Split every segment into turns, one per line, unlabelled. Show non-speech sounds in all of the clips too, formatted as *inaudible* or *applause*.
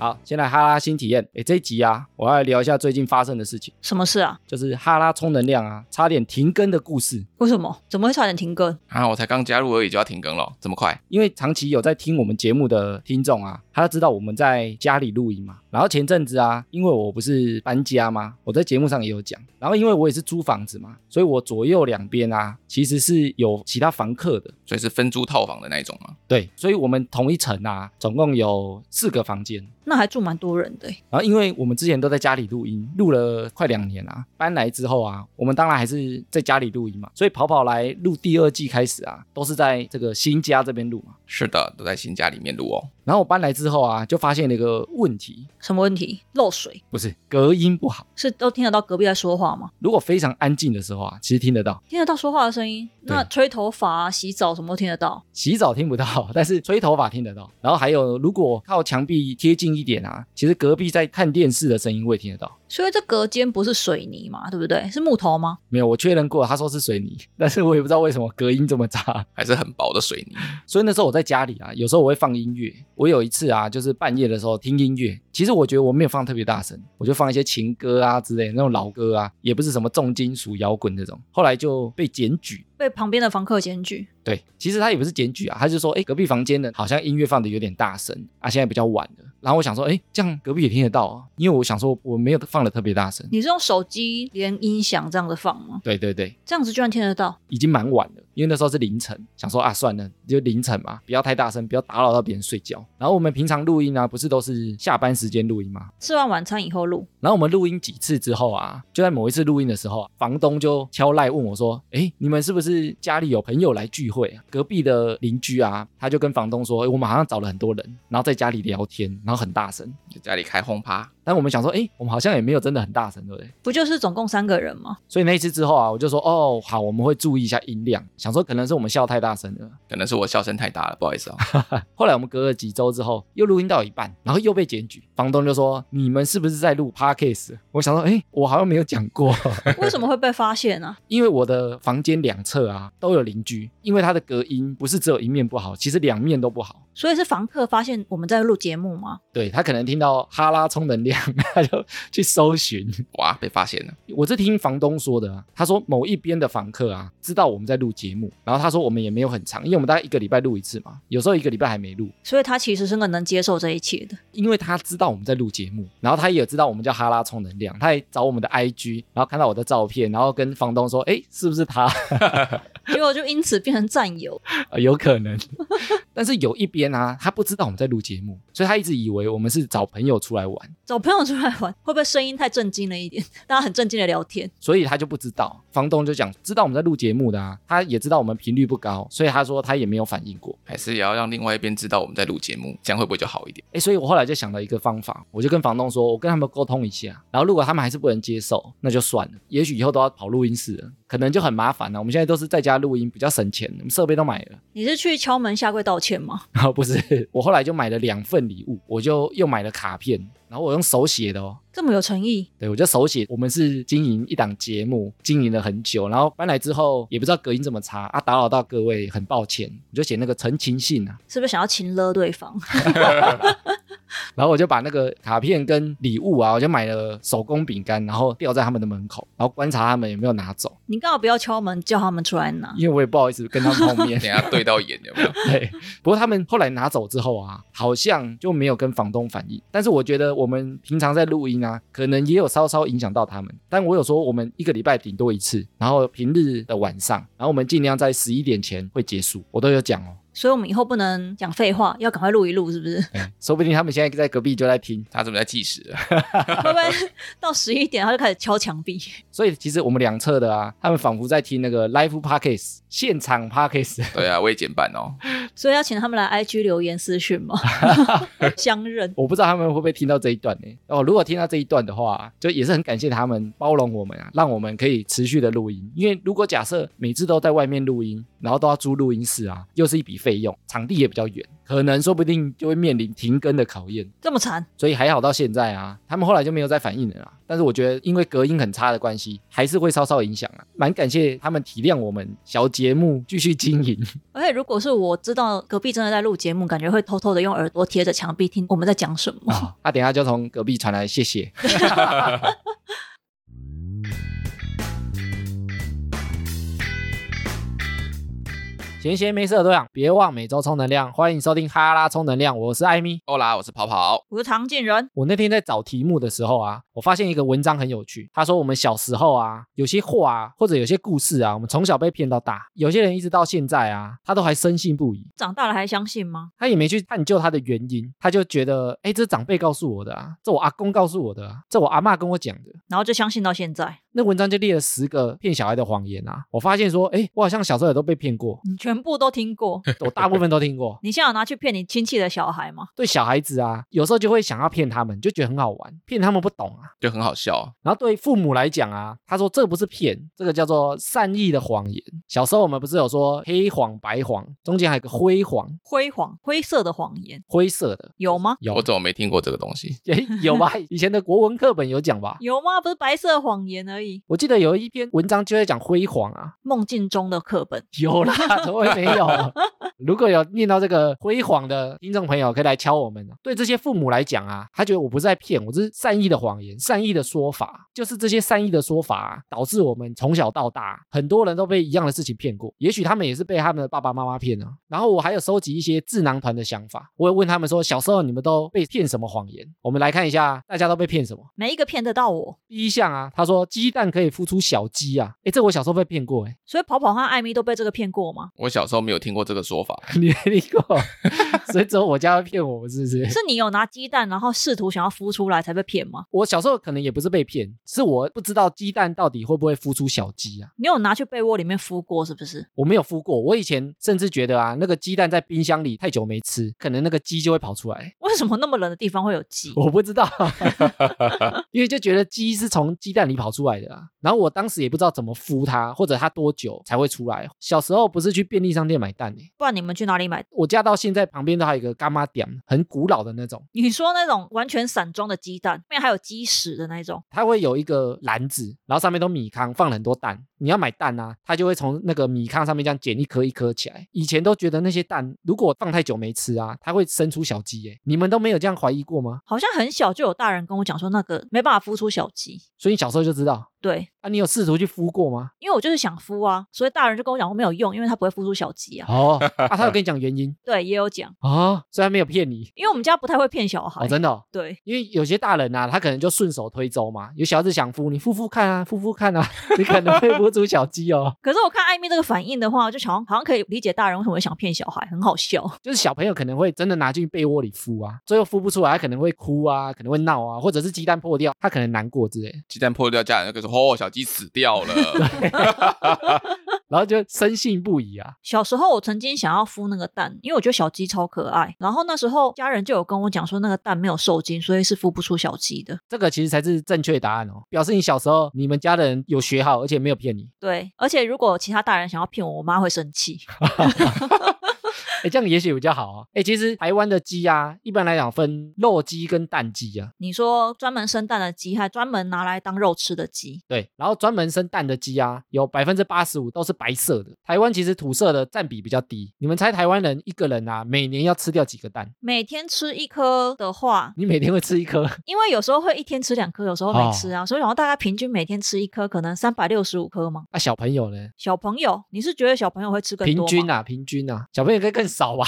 好，先来哈拉新体验。诶、这一集啊，我要来聊一下最近发生的事情，
什么事啊？
就是哈拉充能量啊，差点停更的故事。
为什么？怎么会差点停更？
啊，我才刚加入而已就要停更了，这么快？
因为长期有在听我们节目的听众啊，他知道我们在家里录音嘛。然后前阵子啊，因为我不是搬家嘛，我在节目上也有讲。然后因为我也是租房子嘛，所以我左右两边啊，其实是有其他房客的。
所以是分租套房的那一种吗？
对，所以我们同一层啊，总共有四个房间。
那还住蛮多人的欸、
然后因为我们之前都在家里录音，录了快两年啊，搬来之后啊，我们当然还是在家里录音嘛，所以跑跑来录第二季开始啊，都是在这个新家这边录嘛。
是的，都在新家里面录哦。
然后我搬来之后啊，就发现了一个问题，
什么问题？漏水
不是隔音不好。
是都听得到隔壁在说话吗？
如果非常安静的时候啊，其实听得到，
听得到说话的声音？那吹头发、啊、洗澡什么都听得到？
洗澡听不到， *laughs* 但是吹头发听得到。然后还有，如果靠墙壁贴近一点啊，其实隔壁在看电视的声音我也听得到。
所以这隔间不是水泥嘛，对不对？是木头吗？
没有，我确认过，他说是水泥，但是我也不知道为什么隔音这么差。
还是很薄的水泥，
所以那时候我在家里啊，有时候我会放音乐。我有一次啊，就是半夜的时候听音乐，其实我觉得我没有放特别大声，我就放一些情歌啊之类的那种老歌啊，也不是什么重金属摇滚这种。后来就被检举。
被旁边的房客检举，
对，其实他也不是检举啊，他就说，哎，隔壁房间的好像音乐放的有点大声啊，现在比较晚了。然后我想说，哎，这样隔壁也听得到啊，因为我想说我没有放的特别大声。
你是用手机连音响这样子放吗？
对对对，
这样子居然听得到？
已经蛮晚了，因为那时候是凌晨，想说啊，算了，就凌晨嘛，不要太大声，不要打扰到别人睡觉。然后我们平常录音啊，不是都是下班时间录音吗？
吃完晚餐以后录，
然后我们录音几次之后啊，就在某一次录音的时候啊，房东就敲赖问我说：“哎，你们是不是家里有朋友来聚会啊？”隔壁的邻居啊，他就跟房东说：“哎，我们好像找了很多人，然后在家里聊天，然后很大声。
在家里开轰趴，”
但我们想说：“哎，我们好像也没有真的很大声，对不对
不就是总共三个人
*laughs*
吗？”？
所以那一次之后啊，我就说：“哦，好，我们会注意一下音量。”想说可能是我们笑太大声了。
可能是我笑声太大了，不好意思啊。 *laughs*
后来我们隔了几周之后，又录音到一半，然后又被检举，房东就说：“你们是不是在录 podcast？” 我想说：“哎，我好像没有讲过。”
为什么会被发现啊呢、
因为我的房间两侧啊都有邻居，因为它的隔音不是只有一面不好，其实两面都不好。
所以是房客发现我们在录节目吗？
对他可能听到哈拉充能量，他就去搜寻。
哇，被发现了，
我是听房东说的啊，他说某一边的房客啊知道我们在录节目，然后他说我们也没有很长，因为我们大概一个礼拜录一次嘛，有时候一个礼拜还没录，
所以他其实是很能接受这一切的。
因为他知道我们在录节目，然后他也知道我们叫哈拉充能量，他也找我们的 IG，然后看到我的照片，然后跟房东说，哎，是不是他？ *laughs*
结果就因此变成战友，
呃有可能。但是有一边啊，他不知道我们在录节目，所以他一直以为我们是找朋友出来玩，
找朋友出来玩，会不会声音太震惊了一点？ *laughs* 大家很震惊的聊天，
所以他就不知道。房东就讲，知道我们在录节目的啊，他也知道我们频率不高，所以他说他也没有反应过。
还是也要让另外一边知道我们在录节目，这样会不会就好一点？
哎，所以我后来就想到一个方法，我就跟房东说，我跟他们沟通一下，然后如果他们还是不能接受，那就算了，也许以后都要跑录音室了，可能就很麻烦了、我们现在都是在家录音，比较省钱，我们设备都买了。 *laughs*
你是去敲门下跪道歉吗？
然后不是，我后来就买了两份礼物，我就又买了卡片，然后我用手写的哦，
这么有诚意，
对，我就手写，我们是经营一档节目，经营了很久，然后搬来之后也不知道隔音这么差啊，打扰到各位，很抱歉，我就写那个陈情信啊，
是不是想要亲勒对方？ *laughs*
然后我就把那个卡片跟礼物啊，我就买了手工饼干，然后吊在他们的门口，然后观察他们有没有拿走，
你刚好不要敲门，叫他们出来拿。
因为我也不好意思跟他们碰面
*laughs* 等一，下对到眼有没有？
对。不过他们后来拿走之后啊，好像就没有跟房东反映，但是我觉得我们平常在录音啊，可能也有稍稍影响到他们，但我有说我们一个礼拜顶多一次，然后平日的晚上，然后我们尽量在十一点前会结束，我都有讲哦。
所以我们以后不能讲废话，要赶快录一录，是不 *laughs* 是？
说不定他们现在在隔壁就在听，
他怎么在计时了？
会不会到十一点他就开始敲墙壁？ *laughs*
所以其实我们两侧的啊，他们仿佛在听那个 live podcast 现场 podcast， *laughs*
对啊，未减半哦。
所以要请他们来 IG 留言私讯吗？ *laughs* 相认，
我不知道他们会不会听到这一段呢、哦，如果听到这一段的话，就也是很感谢他们包容我们啊，让我们可以持续的录音。因为如果假设每次都在外面录音，然后都要租录音室啊，又是一笔费用，场地也比较远，可能说不定就会面临停更的考验。
这么惨，
所以还好到现在啊，他们后来就没有再反应了啦。但是我觉得，因为隔音很差的关系，还是会稍稍影响啊。蛮感谢他们体谅我们小节目继续经营。
而且如果是我知道隔壁真的在录节目，感觉会偷偷的用耳朵贴着墙壁听我们在讲什么。 *laughs*
啊，等一下就从隔壁传来，谢谢。闲闲没事的都养，别忘每周充能量。欢迎收听哈拉充能量，我是艾米。
欧哦啦，我是跑跑，
我是常进人，
我那天在找题目的时候啊，我发现一个文章很有趣。他说我们小时候啊，有些话啊，或者有些故事啊，我们从小被骗到大，有些人一直到现在啊，他都还深信不疑。
长大了还相信吗？
他也没去探究他的原因，他就觉得，哎，这是长辈告诉我的啊，这我阿公告诉我的啊，这我阿嬷跟我讲的。
然后就相信到现在，，
那文章就列了十个骗小孩的谎言啊，我发现说，哎，我好像小时候也都被骗过
你全部都听过。
我大部分都听过。
你现在有拿去骗你亲戚的小孩吗？
对小孩子啊，有时候就会想要骗他们，就觉得很好玩，骗他们不懂啊。
就很好笑啊。
然后对父母来讲啊，他说这不是骗，这个叫做善意的谎言。小时候我们不是有说黑谎、白谎，中间还有个灰谎，
灰黄灰色的谎言
灰色的
有吗？
有
我怎么没听过这个东西？
诶有吧？以前的国文课本有讲吧？
有吗？不是白色谎言而已。
我记得有一篇文章就在讲灰谎啊， *laughs*
梦境中的课本，
有啦，怎么会没有？ *laughs* 如果有念到这个辉煌的听众朋友，可以来敲我们啊。对这些父母来讲啊，他觉得我不是在骗，我这是善意的谎言、善意的说法，就是这些善意的说法、啊，导致我们从小到大，很多人都被一样的事情骗过。也许他们也是被他们的爸爸妈妈骗啊。然后我还有收集一些智囊团的想法，我也问他们说，小时候你们都被骗什么谎言？我们来看一下，大家都被骗什么。
每一个骗得到我，
第一项啊，他说鸡蛋可以孵出小鸡啊，诶，这我小时候被骗过诶。 *laughs*
所以跑跑和艾米都被这个骗过吗？
我小时候没有听过这个说法，
你没听过，所以只有我家会骗我们，是不是？
是你有拿鸡蛋，然后试图想要孵出来才被骗吗？
我小时候可能也不是被骗，是我不知道鸡蛋到底会不会孵出小鸡啊。
你有拿去被窝里面孵过是不是？
我没有孵过，我以前甚至觉得啊，那个鸡蛋在冰箱里太久没吃，可能那个鸡就会跑出来。 *laughs*
为什么那么冷的地方会有鸡？
我不知道，因为就觉得鸡是从鸡蛋里跑出来的啊。然后我当时也不知道怎么孵它，或者它多久才会出来。小时候不是去便利商店买蛋诶、
不然你们去哪里买？
我家到现在旁边都还有一个干妈店，很古老的那种。
你说那种完全散装的鸡蛋，里面还有鸡屎的那种，
它会有一个篮子，然后上面都米糠，放了很多蛋。你要买蛋啊，它就会从那个米糠上面这样捡一颗一颗起来。以前都觉得那些蛋如果放太久没吃啊，它会生出小鸡耶、你们都没有这样怀疑过吗？
好像很小就有大人跟我讲说那个没办法孵出小鸡。
所以你小时候就知道
对，
啊，你有试图去孵过吗？
因为我就是想孵啊，所以大人就跟我讲说没有用，因为它不会孵出小鸡啊。
哦， *laughs* 啊，他有跟你讲原因
对，也有讲，
*laughs* 哦，所以他没有骗你
因为我们家不太会骗小孩。
哦，真的哦、
对，
因为有些大人啊，他可能就顺手推舟嘛。有小孩子想孵，你孵孵看啊，孵孵看啊， *laughs* 你可能会孵出小鸡哦。
可是我看艾米这个反应的话，我就想好像可以理解大人为什么会想骗小孩，很好笑。
就是小朋友可能会真的拿进被窝里孵啊，最后孵不出来，他可能会哭啊，可能会闹啊，或者是鸡蛋破掉，他可能难过之类，
鸡蛋破掉，家人就说：“哦，小鸡死掉了。
然后就深信不疑啊。
小时候我曾经想要孵那个蛋，因为我觉得小鸡超可爱。然后那时候家人就有跟我讲说那个蛋没有受精，所以是孵不出小鸡的。
这个其实才是正确答案哦，表示你小时候你们家的人有学好，而且没有骗你。
对，而且如果其他大人想要骗我，我妈会生气。
哎，这样也许比较好啊。哎，其实台湾的鸡啊，一般来讲分肉鸡跟蛋鸡啊，
你说专门生蛋的鸡，还专门拿来当肉吃的鸡，
对，然后专门生蛋的鸡啊，有百分之八十五都是白色的。台湾其实土色的占比比较低。你们猜台湾人一个人啊，每年要吃掉几个蛋？
每天吃一颗的话，
你每天会吃一颗？ *laughs*
因为有时候会一天吃两颗，有时候没吃
哦
啊，所以然后大概平均每天吃一颗，可能三百六十五颗嘛。
啊那、小朋友呢？
小朋友，你是觉得小朋友会吃更多
平
吗
均啊，平均啊，小朋友应该更少吧？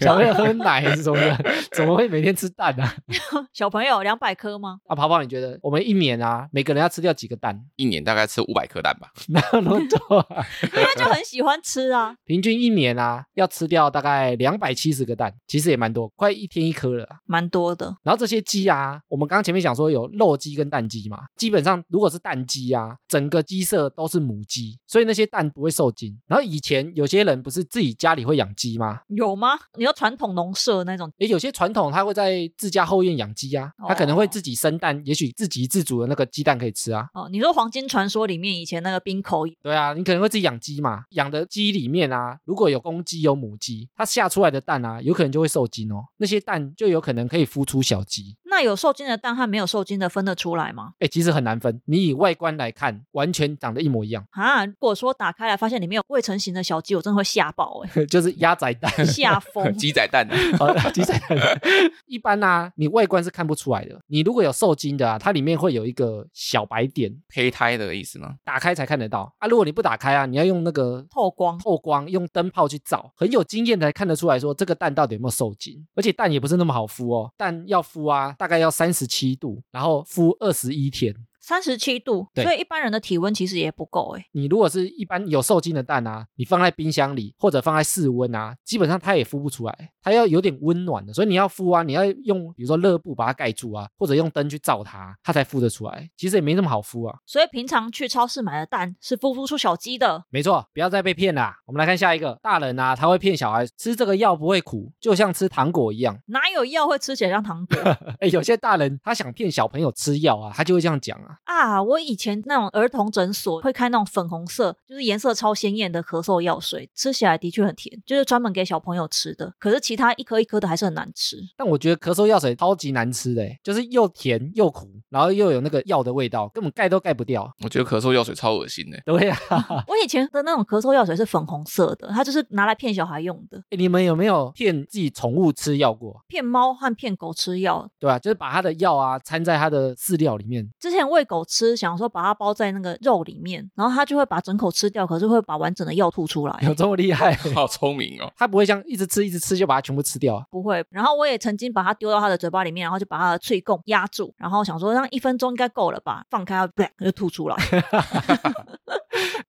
小朋友喝奶什么的，怎么会每天吃蛋啊？ *laughs*
小朋友两百颗吗？
啊，跑跑，你觉得我们一年啊，每个人要吃掉几个蛋？” *laughs*
一年大概吃五百颗蛋吧，！
哪有那么多啊？
因为就很喜欢吃啊。 *laughs*
平均一年啊，要吃掉大概两百七十个蛋，其实也蛮多，快一天一颗了啊、
蛮多的。
然后这些鸡啊，我们刚刚前面讲说有肉鸡跟蛋鸡嘛，基本上如果是蛋鸡啊，整个鸡舍都是母鸡，所以那些蛋不会受精。然后以前有些人不是自己家里会养鸡吗？
有吗？你说传统农舍那种
诶，有些传统他会在自家后院养鸡啊，他可能会自己生蛋，也许自给自足的那个鸡蛋可以吃啊。
哦，你说《黄金传说》里面以前那个冰口
对啊，你可能会自己养鸡嘛，养的鸡里面啊，如果有公鸡有母鸡，它下出来的蛋啊，有可能就会受精哦，那些蛋就有可能可以孵出小鸡。
那有受精的蛋和没有受精的分得出来吗？
哎，其实很难分，你以外观来看，完全长得一模一样， *laughs*
啊，如果说打开来发现里面有未成型的小鸡，我真的会吓爆哎、
就是鸭仔蛋。 *laughs*
吓疯
鸡仔蛋啊，
好，鸡仔蛋 *laughs* 一般啊，你外观是看不出来的。你如果有受精的啊，它里面会有一个小白点，
胚胎的意思吗？
打开才看得到啊。如果你不打开啊，你要用那个
透光
透光用灯泡去照，很有经验才看得出来说这个蛋到底有没有受精，而且蛋也不是那么好孵哦，蛋要孵啊，大概要三十七度，然后孵二十一天。
三十七度，
对
所以一般人的体温其实也不够哎、
你如果是一般有受精的蛋啊，你放在冰箱里或者放在室温啊，基本上它也孵不出来，它要有点温暖的，所以你要孵啊，你要用比如说热布把它盖住啊，或者用灯去照它，它才孵得出来。其实也没那么好孵啊。
所以平常去超市买的蛋是孵不出小鸡的。
没错，不要再被骗啦。我们来看下一个，大人啊，他会骗小孩吃这个药不会苦，就像吃糖果一样。
哪有药会吃起来像糖果 *laughs*
哎，有些大人他想骗小朋友吃药啊，他就会这样讲啊。
啊？我以前那种儿童诊所会开那种粉红色，就是颜色超鲜艳的咳嗽药水，吃起来的确很甜，就是专门给小朋友吃的。可是其他一颗一颗的还是很难吃。
但我觉得咳嗽药水超级难吃的欸，就是又甜又苦，然后又有那个药的味道，根本盖都盖不掉。 *laughs*
我觉得咳嗽药水超恶心的、
对啊呀、
我以前的那种咳嗽药水是粉红色的，它就是拿来骗小孩用的，
欸你们有没有骗自己宠物吃药过？
骗猫和骗狗吃药。
对吧、就是把它的药啊掺在它的饲料里面。
之前喂狗吃，想说把它包在那个肉里面，然后它就会把整口吃掉，可是会把完整的药吐出来。
有这么厉害？欸
好聪明哦！
它不会像一直吃一直吃就把它全部吃掉啊？
不会。然后我也曾经把它丢到它的嘴巴里面，然后就把它的喙供压住，然后想说让一分钟应该够了吧，放开它，啪就吐出来。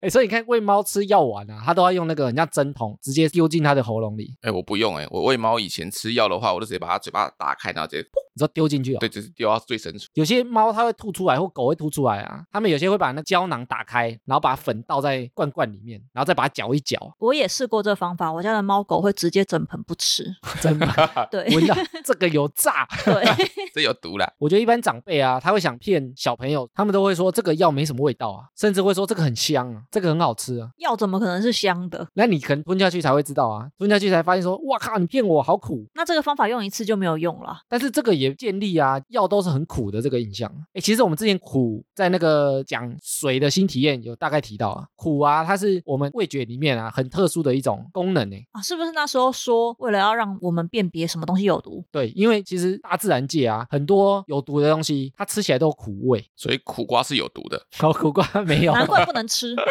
哎、所以你看喂猫吃药丸啊，它都要用那个人家针筒直接丢进它的喉咙里，
哎，我不用哎、我喂猫以前吃药的话，我就直接把它嘴巴打开，然后直接
你说丢进去哦。
对，就是丢到最深处。
有些猫它会吐出来，或狗会吐出来啊。它们有些会把那胶囊打开，然后把粉倒在罐罐里面，然后再把它搅一
*laughs*
搅，
我也试过这方法，我家的猫狗会直接整盆不吃。
真的
对
闻到这个有炸。
对， *laughs*
这有毒啦！
我觉得一般长辈啊，他会想骗小朋友，他们都会说这个药没什么味道啊，甚至会说这个很香啊，这个很好吃啊。
药怎么可能是香的？
那你可能吞下去才会知道啊，吞下去才发现说，哇靠，你骗我，好苦。
那这个方法用一次就没有用了。
但是这个也建立啊，药都是很苦的这个印象。哎，其实我们之前苦在那个讲水的新体验有大概提到啊，苦啊，它是我们味觉里面啊很特殊的一种功能呢。欸
啊，是不是那时候说为了要让我们辨别什么东西有毒？
对，因为其实大自然界啊，很多有毒的东西，它吃起来都有苦味。 *laughs*
所以苦瓜是有毒的，
好，苦瓜没有，
难怪不能吃。 *laughs*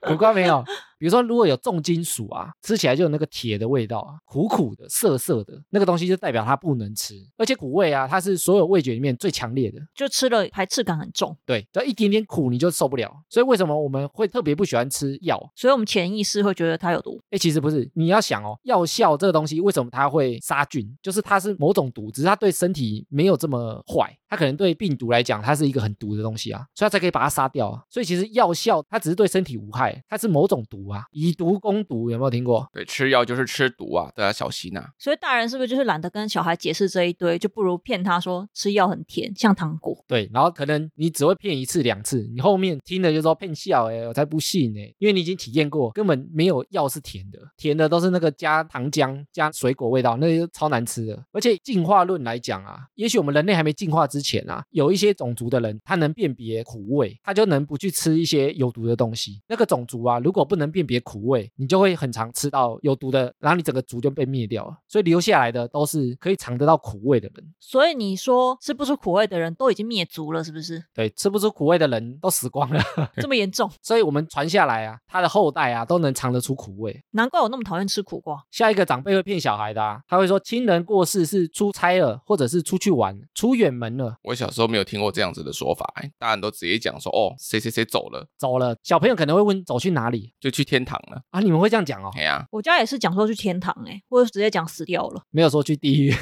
苦瓜没有。比如说，如果有重金属啊，吃起来就有那个铁的味道啊，苦苦的、涩涩的，那个东西就代表它不能吃。而且苦味啊，它是所有味觉里面最强烈的。
就吃了排斥感很重，
对，只要一点点苦你就受不了。所以为什么我们会特别不喜欢吃药？
所以我们潜意识会觉得它有毒。
哎，其实不是，你要想哦，药效这个东西为什么它会杀菌？就是它是某种毒，只是它对身体没有这么坏，它可能对病毒来讲，它是一个很毒的东西啊，所以它才可以把它杀掉啊。所以其实药效它只是对身体无害，它是某种毒啊，以毒攻毒，有没有听过？
对，吃药就是吃毒啊，大家小心啊！
所以大人是不是就是懒得跟小孩解释这一堆，就不如骗他说吃药很甜，像糖果。
对，然后可能你只会骗一次两次，你后面听了就说骗笑哎、我才不信哎、因为你已经体验过，根本没有药是甜的，甜的都是那个加糖浆、加水果味道，那些超难吃的。而且进化论来讲啊，也许我们人类还没进化之前啊，有一些种族的人他能辨别苦味，他就能不去吃一些有毒的东西。那个种族啊，如果不能辨别苦味，你就会很常吃到有毒的，然后你整个族就被灭掉了。所以留下来的都是可以尝得到苦味的人。？
所以你说吃不出苦味的人都已经灭族了，是不是
*laughs* 对，吃不出苦味的人都死光了。
这么严重？
所以我们传下来啊，他的后代啊都能尝得出苦味。
难怪我那么讨厌吃苦瓜。
下一个长辈会骗小孩的啊，他会说亲人过世是出差了，或者是出去玩、出远门了、
我小时候没有听过这样子的说法，哎，大人都直接讲说哦，谁谁谁走了，
走了。小朋友可能会问走去哪里，
就去天堂了。
啊，你们会这样讲哦？
哎呀， *laughs*
我家也是讲说去天堂哎、或者直接讲死掉了。
没有说去地狱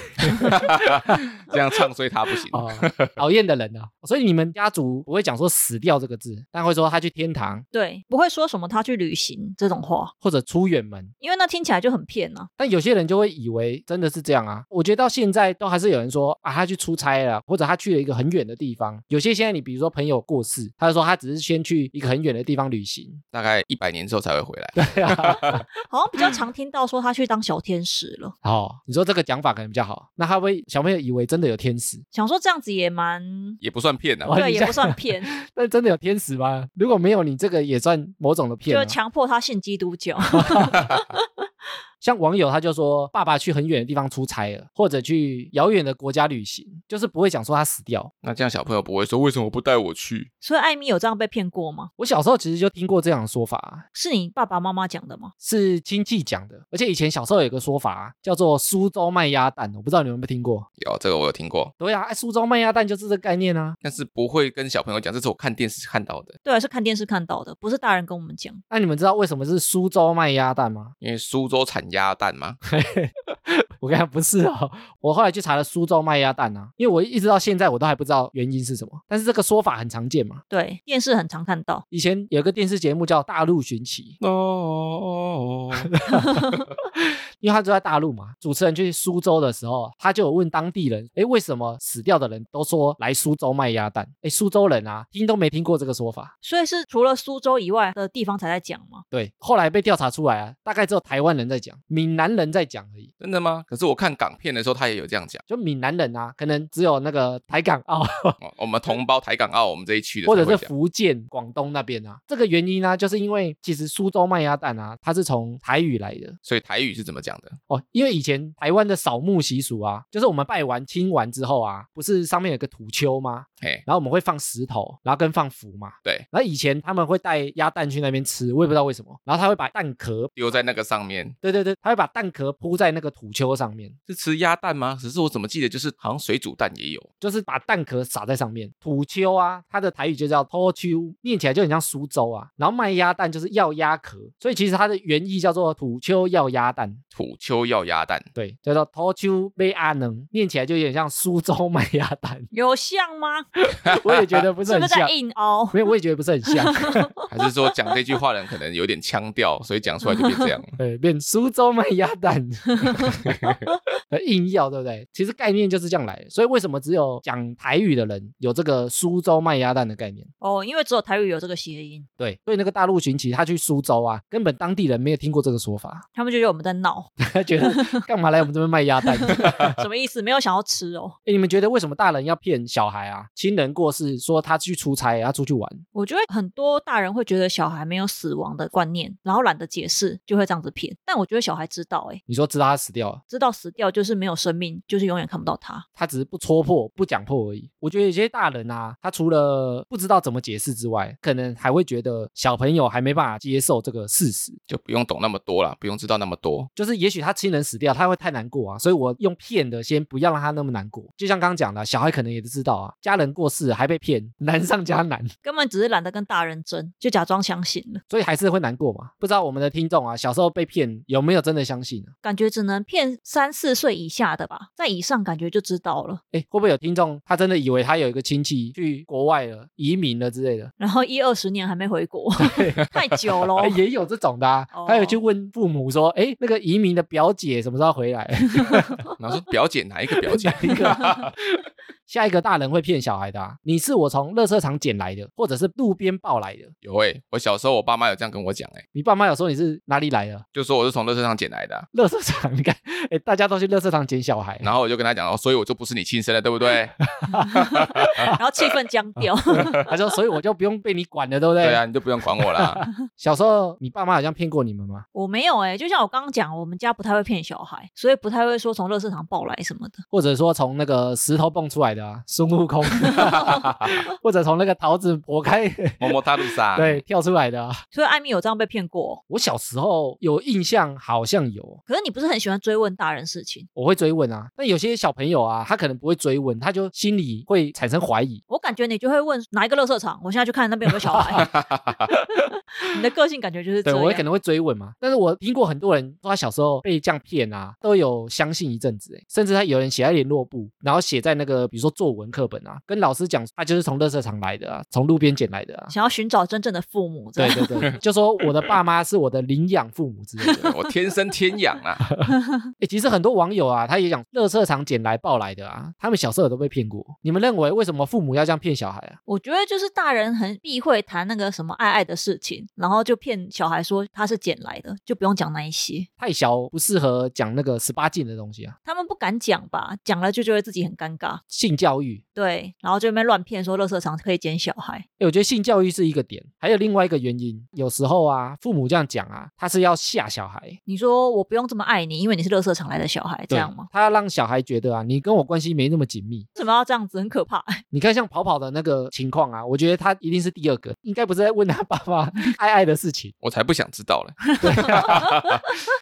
这样唱衰他不行。
哦，讨厌的人啊。所以你们家族不会讲说死掉这个字，但会说他去天堂
对，不会说什么他去旅行这种话，
或者出远门。
因为那听起来就很骗啊。
但有些人就会以为真的是这样啊。我觉得到现在都还是有人说啊，他去出差了，或者他去了一个很远的地方。有些现在你比如说朋友过世，他就说他只是先去一个很远的地方旅行， *laughs* 啊
大概一百年之后才会回来。
好像比较常听到说他去当小天使了，
哦，你说这个讲法可能比较好。那他会小朋友以为真的有天使，
想说这样子也
*laughs*
蛮。
也不算骗啊
哇，
对，
你
也
这
不算
*laughs*
骗，
但真的有天使吗？如果没有，你这个也算某种的骗、
就
啊。
强迫他信基督
*laughs*
教。 *laughs*
像网友他就说，爸爸去很远的地方出差了，或者去遥远的国家旅行，就是不会讲说他死掉。
那这样小朋友不会说为什么不带我去？
所以艾米有这样被骗过吗？
我小时候其实就听过这样的说法啊、
是你爸爸妈妈讲的吗？
是亲戚讲的，而且以前小时候有个说法、啊、叫做苏州卖鸭蛋，哦我不知道你们有没有听过。
有这个我有听过，
对呀、啊，哎，苏州卖鸭蛋就是这个概念啊。
但是不会跟小朋友讲，这是我看电视看到的。
对啊，是看电视看到的，不是大人跟我们讲。
那你们知道为什么是苏州卖鸭蛋吗？ *laughs*
因为苏州产鸭蛋嘛，
我跟你讲不是哦，我后来去查了苏州卖鸭蛋啊，因为我一直到现在我都还不知道原因是什么，但是这个说法很常见嘛。
对，电视很常看到。
以前有一个电视节目叫《大陆寻奇》，
哦，
因为他住在大陆嘛，主持人去苏州的时候，啊他就有问当地人，诶，哎为什么死掉的人都说来苏州卖鸭蛋？诶，苏州人啊，听都没听过这个说法。
所以是除了苏州以外的地方才在讲吗？。
对，后来被调查出来啊，大概只有台湾人在讲，闽南人在讲而已。
*laughs* 真的吗？可是我看港片的时候，他也有这样讲。
就闽南人啊，可能只有那个台港澳
哦我们同胞台港澳，我们这一区的
或者
才会
是
讲
福建、广东那边啊。这个原因呢、就是因为其实苏州卖鸭蛋啊，它是从台语来的
所以台语是怎么讲的？
哦。因为以前台湾的扫墓习俗啊，就是我们拜完、清完之后啊，不是上面有个土丘吗？
嘿，
然后我们会放石头，然后跟放符嘛。
对，
然后以前他们会带鸭蛋去那边吃，我也不知道为什么。然后他会把蛋壳，
丢在那个上面
对对对，他会把蛋壳铺在那个土丘上面，
是吃鸭蛋吗？只是我怎么记得就是好像水煮蛋也有，
就是把蛋壳撒在上面。土丘啊，它的台语就叫托丘，念起来就很像苏州啊。然后卖鸭蛋就是要鸭壳，所以其实它的原意叫做土丘要鸭蛋，
土丘要鸭蛋。
对，叫做托丘贝阿能，念起来就有点像苏州卖鸭蛋
有像吗？
我也觉得不是
是不
很
是
像
在。硬凹？
没有，我也觉得不是很像，
还是说讲这句话的人可能有点腔调，所以讲出来就变这样？
对，变苏州卖鸭蛋，硬要对不对？其实概念就是这样来的，所以为什么只有讲台语的人有这个苏州卖鸭蛋的概念？
哦，因为只有台语有这个谐音，
对，所以那个大陆寻奇他去苏州啊，根本当地人没有听过这个说法， *laughs*
他们就觉得我们在闹，
他觉得干嘛来我们这边卖鸭蛋？ *laughs*
什么意思？没有想要吃哦。
诶你们觉得为什么大人要骗小孩啊？亲人过世说他去出差，他出去玩，
我觉得很多大人会觉得小孩没有死亡的观念，然后懒得解释，就会这样子骗。但我觉得小孩知道、欸，
你说知道他死掉了。
知道死掉就是没有生命，就是永远看不到他。
他只是不戳破、不讲破而已。我觉得有些大人啊，他除了不知道怎么解释之外，可能还会觉得小朋友还没办法接受这个事实，
就不用懂那么多啦，不用知道那么多。
就是也许他亲人死掉，他会太难过啊，所以我用骗的，先不要让他那么难过。就像刚刚讲的，啊小孩可能也知道啊，家人过世还被骗，难上加难，
根本只是懒得跟大人争，就假装相信了，
所以还是会难过嘛。不知道我们的听众啊，小时候被骗有没有真的相信呢、啊？
感觉只能骗三四岁以下的吧，在以上感觉就知道了。
哎，会不会有听众他真的以为他有一个亲戚去国外了、移民了之类的？
然后一二十年还没回国， *laughs* 太久喽
哎，。也有这种的、啊，
哦
还有去问父母说，哎，那个移民的表姐什么时候回来？ *laughs*
然后说表姐哪一个表姐？ *laughs*
下一个大人会骗小孩的、啊，你是我从垃圾场捡来的，或者是路边抱来的。
有诶、我小时候我爸妈有这样跟我讲诶、欸
你爸妈有说你是哪里来的？
就说我是从乐色上捡来的啊、
垃圾场，你 *laughs* 看，哎，大家都去垃圾场捡小孩，
然后我就跟他讲哦，所以我就不是你亲生的，对不对？
然后气氛僵
*laughs*
掉，
他说，所以我就不用被你管了，对不对？
对啊，你就不用管我 *laughs* 啦。
小时候你爸妈好像骗过你们吗？
我没有哎、就像我刚刚讲，我们家不太会骗小孩，所以不太会说从乐色场抱来什么的。
或者说从那个石头蹦出来的、个啊孙悟 *laughs* 空，或者从那个桃子剖开，
么么哒，露莎。
对，，跳出来的啊。
所以艾米有这样被骗过哦、
我小时候有印象，好像有，
可是你不是很喜欢追问大人事情？
我会追问啊。但有些小朋友啊，他可能不会追问，他就心里会产生怀疑。
我感觉你就会问哪一个垃圾场，我现在去看那边有没有小
*laughs*
孩。你的个性感觉就是这
对，
样。
我也可能会追问嘛。但是我听过很多人说他小时候被这样骗啊，都有相信一阵子，哎，甚至他有人写在联络簿，然后写在那个比如说作文课本啊，跟老师讲他就是从垃圾场来的啊，从路边捡来的啊。
想要寻找真正的父母，这
对
样
对对，就说我的爸妈是我的领养父母之类的。
*laughs*
我天生天养啊，
欸，其实很多网友啊，他也讲乐色场捡来抱来的啊，他们小时候也都被骗过。你们认为为什么父母要这样骗小孩啊？
我觉得就是大人很避讳谈那个什么爱爱的事情，然后就骗小孩说他是捡来的，就不用讲那一些，
太小不适合讲那个十八禁的东西啊，
他们不敢讲吧，讲了就觉得自己很尴尬，
性教育。
对，然后就在那边乱骗说垃圾场可以捡小孩，
欸我觉得性教育是一个点，还有另外一个原因，有时候啊，父母这样讲啊，他是要吓小孩，
你说我不用这么爱你，因为你是垃圾场来的小孩，这
对
样吗？？
他要让小孩觉得啊，你跟我关系没那么紧密。
为什么要这样子？很可怕。 *laughs*
你看像跑跑的那个情况啊，我觉得他一定是第二个，应该不是在问他爸妈 *laughs* 爱爱的事情。
我才不想知道嘞。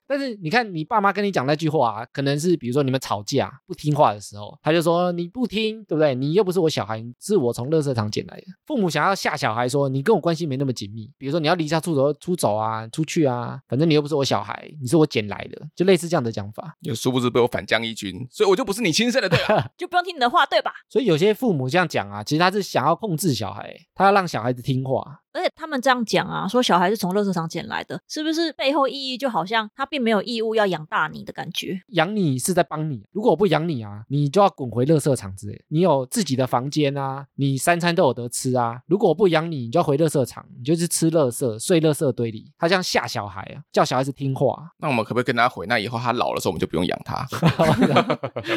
但是你看，你爸妈跟你讲那句话、啊，可能是比如说你们吵架不听话的时候，他就说你不听，对不对？你又不是我小孩，是我从垃圾场捡来的。父母想要吓小孩说你跟我关系没那么紧密，比如说你要离家出走出走啊，出去啊，反正你又不是我小孩，你是我捡来的，就类似这样的讲法。
有殊不知被我反将一军，所以我就不是你亲生的啊对 *laughs* 吧？
就不用听你的话，对吧？
所以有些父母这样讲啊，其实他是想要控制小孩，他要让小孩子听话。
而且他们这样讲啊，说小孩是从垃圾场捡来的，是不是背后意义就好像他并没有义务要养大你的感觉？
养你是在帮你，如果我不养你啊，你就要滚回垃圾场之类的。你有自己的房间啊，你三餐都有得吃啊。如果我不养你，你就要回垃圾场，你就是吃垃圾、睡垃圾堆里。他这样吓小孩啊，叫小孩子听话， *laughs*
那我们可不可以跟他回？那以后他老的时候，我们就不用养他。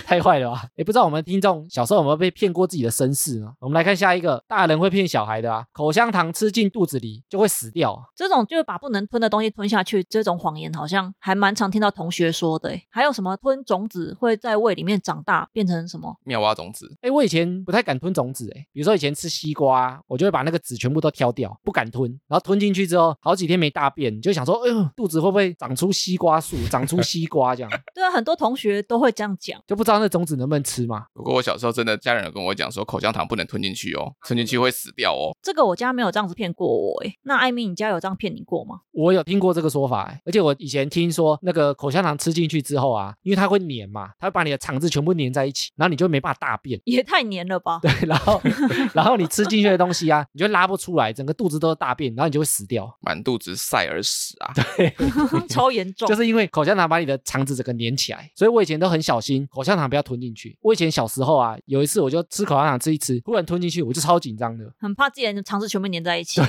太坏了吧？也不知道我们听众小时候有没有被骗过自己的身世呢？我们来看下一个，大人会骗小孩的啊，口香糖吃进肚子里就会死掉啊。
这种就是把不能吞的东西吞下去，这种谎言好像还蛮常听到同学说的欸。还有什么吞种子会在胃里面长大，变成什么？
妙蛙种子，
哎，我以前不太敢吞种子，哎，比如说以前吃西瓜，我就会把那个籽全部都挑掉，不敢吞。然后吞进去之后，好几天没大便，就想说，哎呦，肚子会不会长出西瓜树，长出西瓜这样，
对啊，很多同学都会这样讲。
就不知道那种子能不能吃嘛。
不过我小时候真的家人有跟我讲说，口香糖不能吞进去哦，吞进去会死掉哦。
这个我家没有这样子骗过我诶。那艾米，你家有这样骗你过吗？ *laughs*
我有听过这个说法，哎而且我以前听说那个口香糖吃进去之后啊，因为它会粘嘛，它会把你的肠子全部粘在一起，然后你就没办法大便。 *laughs*
也太黏了吧！
对，然后 *laughs* 然后你吃进去的东西啊，你就拉不出来，整个肚子都是大便，然后你就会死掉，
满肚子塞而死啊！
*laughs* 超严重。
就是因为口香糖把你的肠子整个粘起来。所以我以前都很小心，口香糖不要吞进去。我以前小时候啊，有一次我就吃口香糖吃一吃，忽然吞进去，我就超紧张的， *laughs*
很怕自己的肠子全部粘在一起，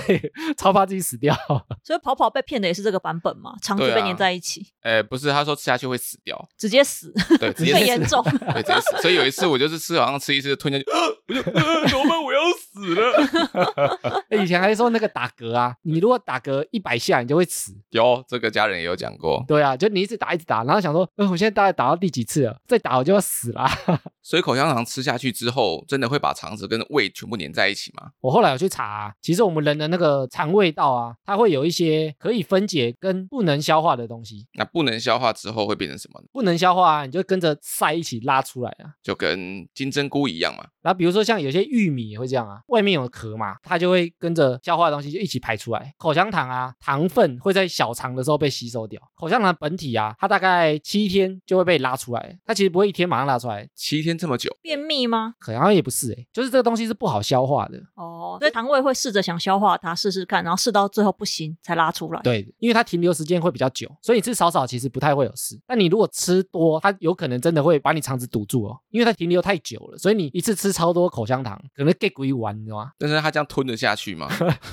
超怕自己死掉。 *laughs*
所以跑跑被骗的也是这个版本嘛，肠子
对啊
被粘在一起，
呃，不是，他说吃下去会死掉，哦
直接死，*laughs*
对， *laughs* 直接
最
死
严，重。
对，直接死。所以有一次我就是吃，好像吃一次就吞下去， *gasps* 我就 *laughs* 呃怎么办？我要死 *laughs* 了。
哎以前还说那个打嗝啊，你如果打嗝一百下，你就会死。
有这个家人也有讲过，
对啊，就你一直打一直打，然后想说，呃，我现在大概打到第几次了？再打我就要死啦。 *laughs*
所以口香糖吃下去之后，真的会把肠子跟胃全部粘在一起吗？
我后来有去查啊、其实我们人的那个肠胃道啊，它会有一些可以分解跟不能消化的东西。
那不能消化之后会变成什么呢？
不能消化、啊，你就跟着塞一起拉出来啊。
就跟金针菇一样嘛。
然后比如说像有些玉米也会这样啊，外面有壳嘛，它就会跟着消化的东西就一起排出来。口香糖啊，糖分会在小肠的时候被吸收掉。口香糖本体啊，它大概七天就会被拉出来，它其实不会一天马上拉出来，
七天这么久，
便秘吗？
*laughs* 可好像也不是诶、就是这个东西是不好消化的。
哦，所以肠胃会试着想消化它，试试看，然后试到最后不行才拉出来。
对，因为它停留时间会比较久，所以你吃少少其实不太会有事。但你如果吃多，它有可能真的会把你肠子堵住哦，因为它停留太久了，所以你一次吃超多多口香糖，可能 get 鬼丸，你知道吗？ *laughs*
但是他这样吞得下去
*laughs*
吗？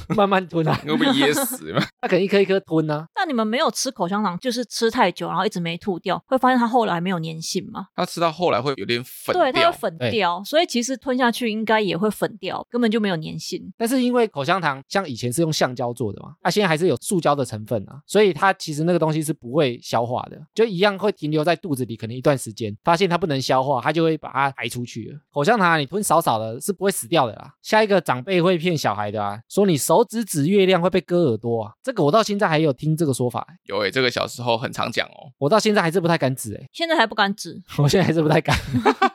慢慢吞啊，
你会被噎死吗？ *laughs*
他可能一颗一颗吞啊。
那你们没有吃口香糖，就是吃太久，然后一直没吐掉，会发现它后来没有粘性吗？
他吃到后来会有点粉
对，它
掉哎
会，粉
对
掉，所以其实吞下去应该也会粉掉，根本就没有粘性。
但是因为口香糖像以前是用橡胶做的嘛，啊它、现在还是有塑胶的成分啊，所以它其实那个东西是不会消化的，就一样会停留在肚子里，可能一段时间，发现它不能消化，它就会把它排出去了。口香糖、啊、你吞少少的是不会死掉的啦。下一个长辈会骗小孩的啊，说你手指指月亮会被割耳朵啊，这个我到现在还有听这个说法欸、
有诶、这个小时候很常讲哦。
我到现在还是不太敢指诶、欸
现在还不敢指，
我现在还是不太敢，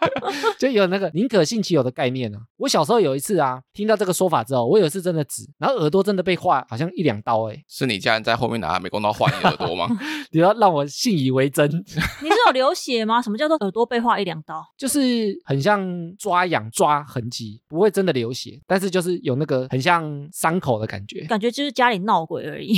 *laughs* 就有那个宁可信其有的概念啊。我小时候有一次啊，听到这个说法之后，我有一次真的指，然后耳朵真的被划，好像一两刀哎、
是你家人在后面拿美工刀划你耳朵吗？ *laughs*
你要让我信以为真，
你是有流血吗？ *laughs* 什么叫做耳朵被划一两刀？
就是很像抓痒抓痕迹，不会真的流血，但是就是有那个很像伤口的感觉。
感觉就是家里闹鬼而已。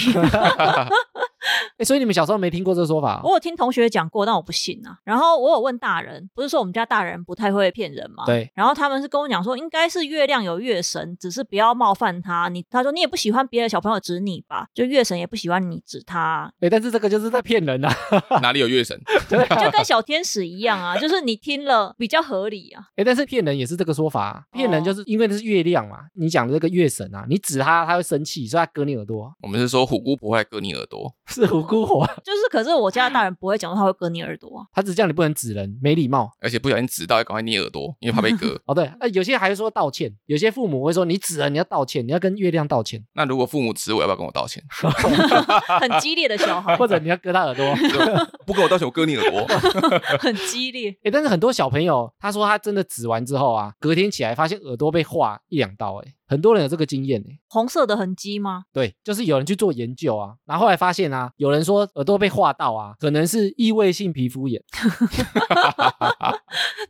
哎，所以你们小时候没听过这个说法、
我
哦？
有听同学讲过，但我不信啊。然后我有问大人，不是说我们家大人不太会骗人吗？
对。
然后他们是跟我讲说，应该是月亮有月神，只是不要冒犯他。你他说你也不喜欢别的小朋友指你吧，就月神也不喜欢你指
*laughs*
他，
哎，但是这个就是在骗人啊！ *laughs*
哪里有月神？
对啊，
就跟小天使一样啊，就是你听了比较合理啊。
哎，但是骗人也是这个说法、啊，骗人
哦
就是因为那是月亮嘛，你讲的这个月神啊，你指他他会生气，所以他割你耳朵，啊
我们是说虎姑不会割你耳朵，
*laughs* 是无辜火，
就是可是我家的大人不会讲说他会割你耳朵啊，
他只叫你不能指人，没礼貌。。
而且不小心指到，要赶快捏耳朵，因为怕被割
哦，对，啊，有些还会说道歉，有些父母会说你指人你要道歉，你要跟月亮道歉，
那如果父母指我，要不要跟我道歉？ *laughs*
啊很激烈的小
*laughs*
孩
或，者你要割他耳朵。
不跟我道歉，我割你耳朵。 *laughs*
很激烈。
哎，但是很多小朋友他说他真的指完之后啊，隔天起来发现耳朵被划一两刀，哎，很多人有这个经验哎。
红色的痕迹吗？
对，就是有人去做研究啊，然后后来发现啊，有人说耳朵被划到啊，可能是异位性皮肤炎。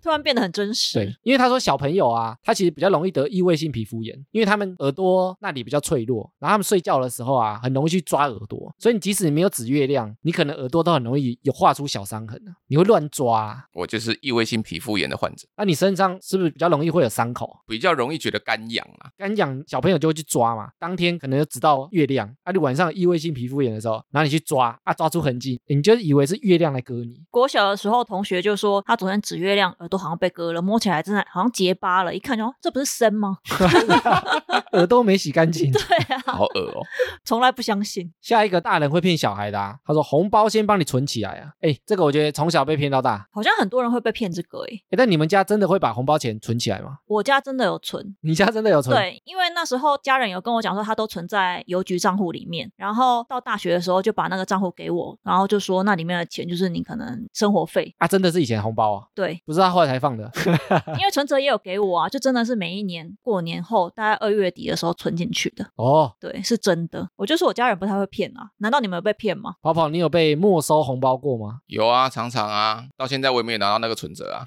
突然变得很真实。
对，因为他说小朋友啊，他其实比较容易得异位性皮肤炎，因为他们耳朵那里比较脆弱，然后他们睡觉的时候啊，很容易去抓耳朵，所以你即使你没有指月亮，你可能耳朵都很容易有画出小伤痕啊，你会乱抓、啊。
我就是异位性皮肤炎的患者，
那、你身上是不是比较容易会有伤口？
比较容易觉得干痒啊。
刚讲小朋友就会去抓啊嘛，当天可能就指到月亮，啊，你晚上有异位性皮肤炎的时候，然后你去抓啊，抓出痕迹，你就以为是月亮来割你，
国小的时候，同学就说他昨天指月亮，耳朵好像被割了，摸起来真的好像结疤了，一看就哦这不是生吗？ *laughs*
耳朵没洗干净。
对啊，
好恶哦！
从来不相信。
*laughs* 下一个大人会骗小孩的啊，他说红包先帮你存起来啊，哎，这个我觉得从小被骗到大，
好像很多人会被骗这个诶、
哎，但你们家真的会把红包钱存起来吗？
我家真的有存，
你家真的有存？，
对，因为那时候家人有跟我讲说，他都存在邮局账户里面，然后到大学的时候就把那个账户给我，然后就说那里面的钱就是你可能生活费，
啊，真的是以前的红包啊，，
对
*laughs* 不是他后来才放的。
因为存折也有给我啊，就真的是每一年过年后大概二月底的时候存进去的，
哦，
对，是真的。我就说我家人不太会骗啊，难道你们有被骗吗？
跑跑，你有被没收红包过吗？
有啊，常常啊，到现在我也没有拿到那个存折啊。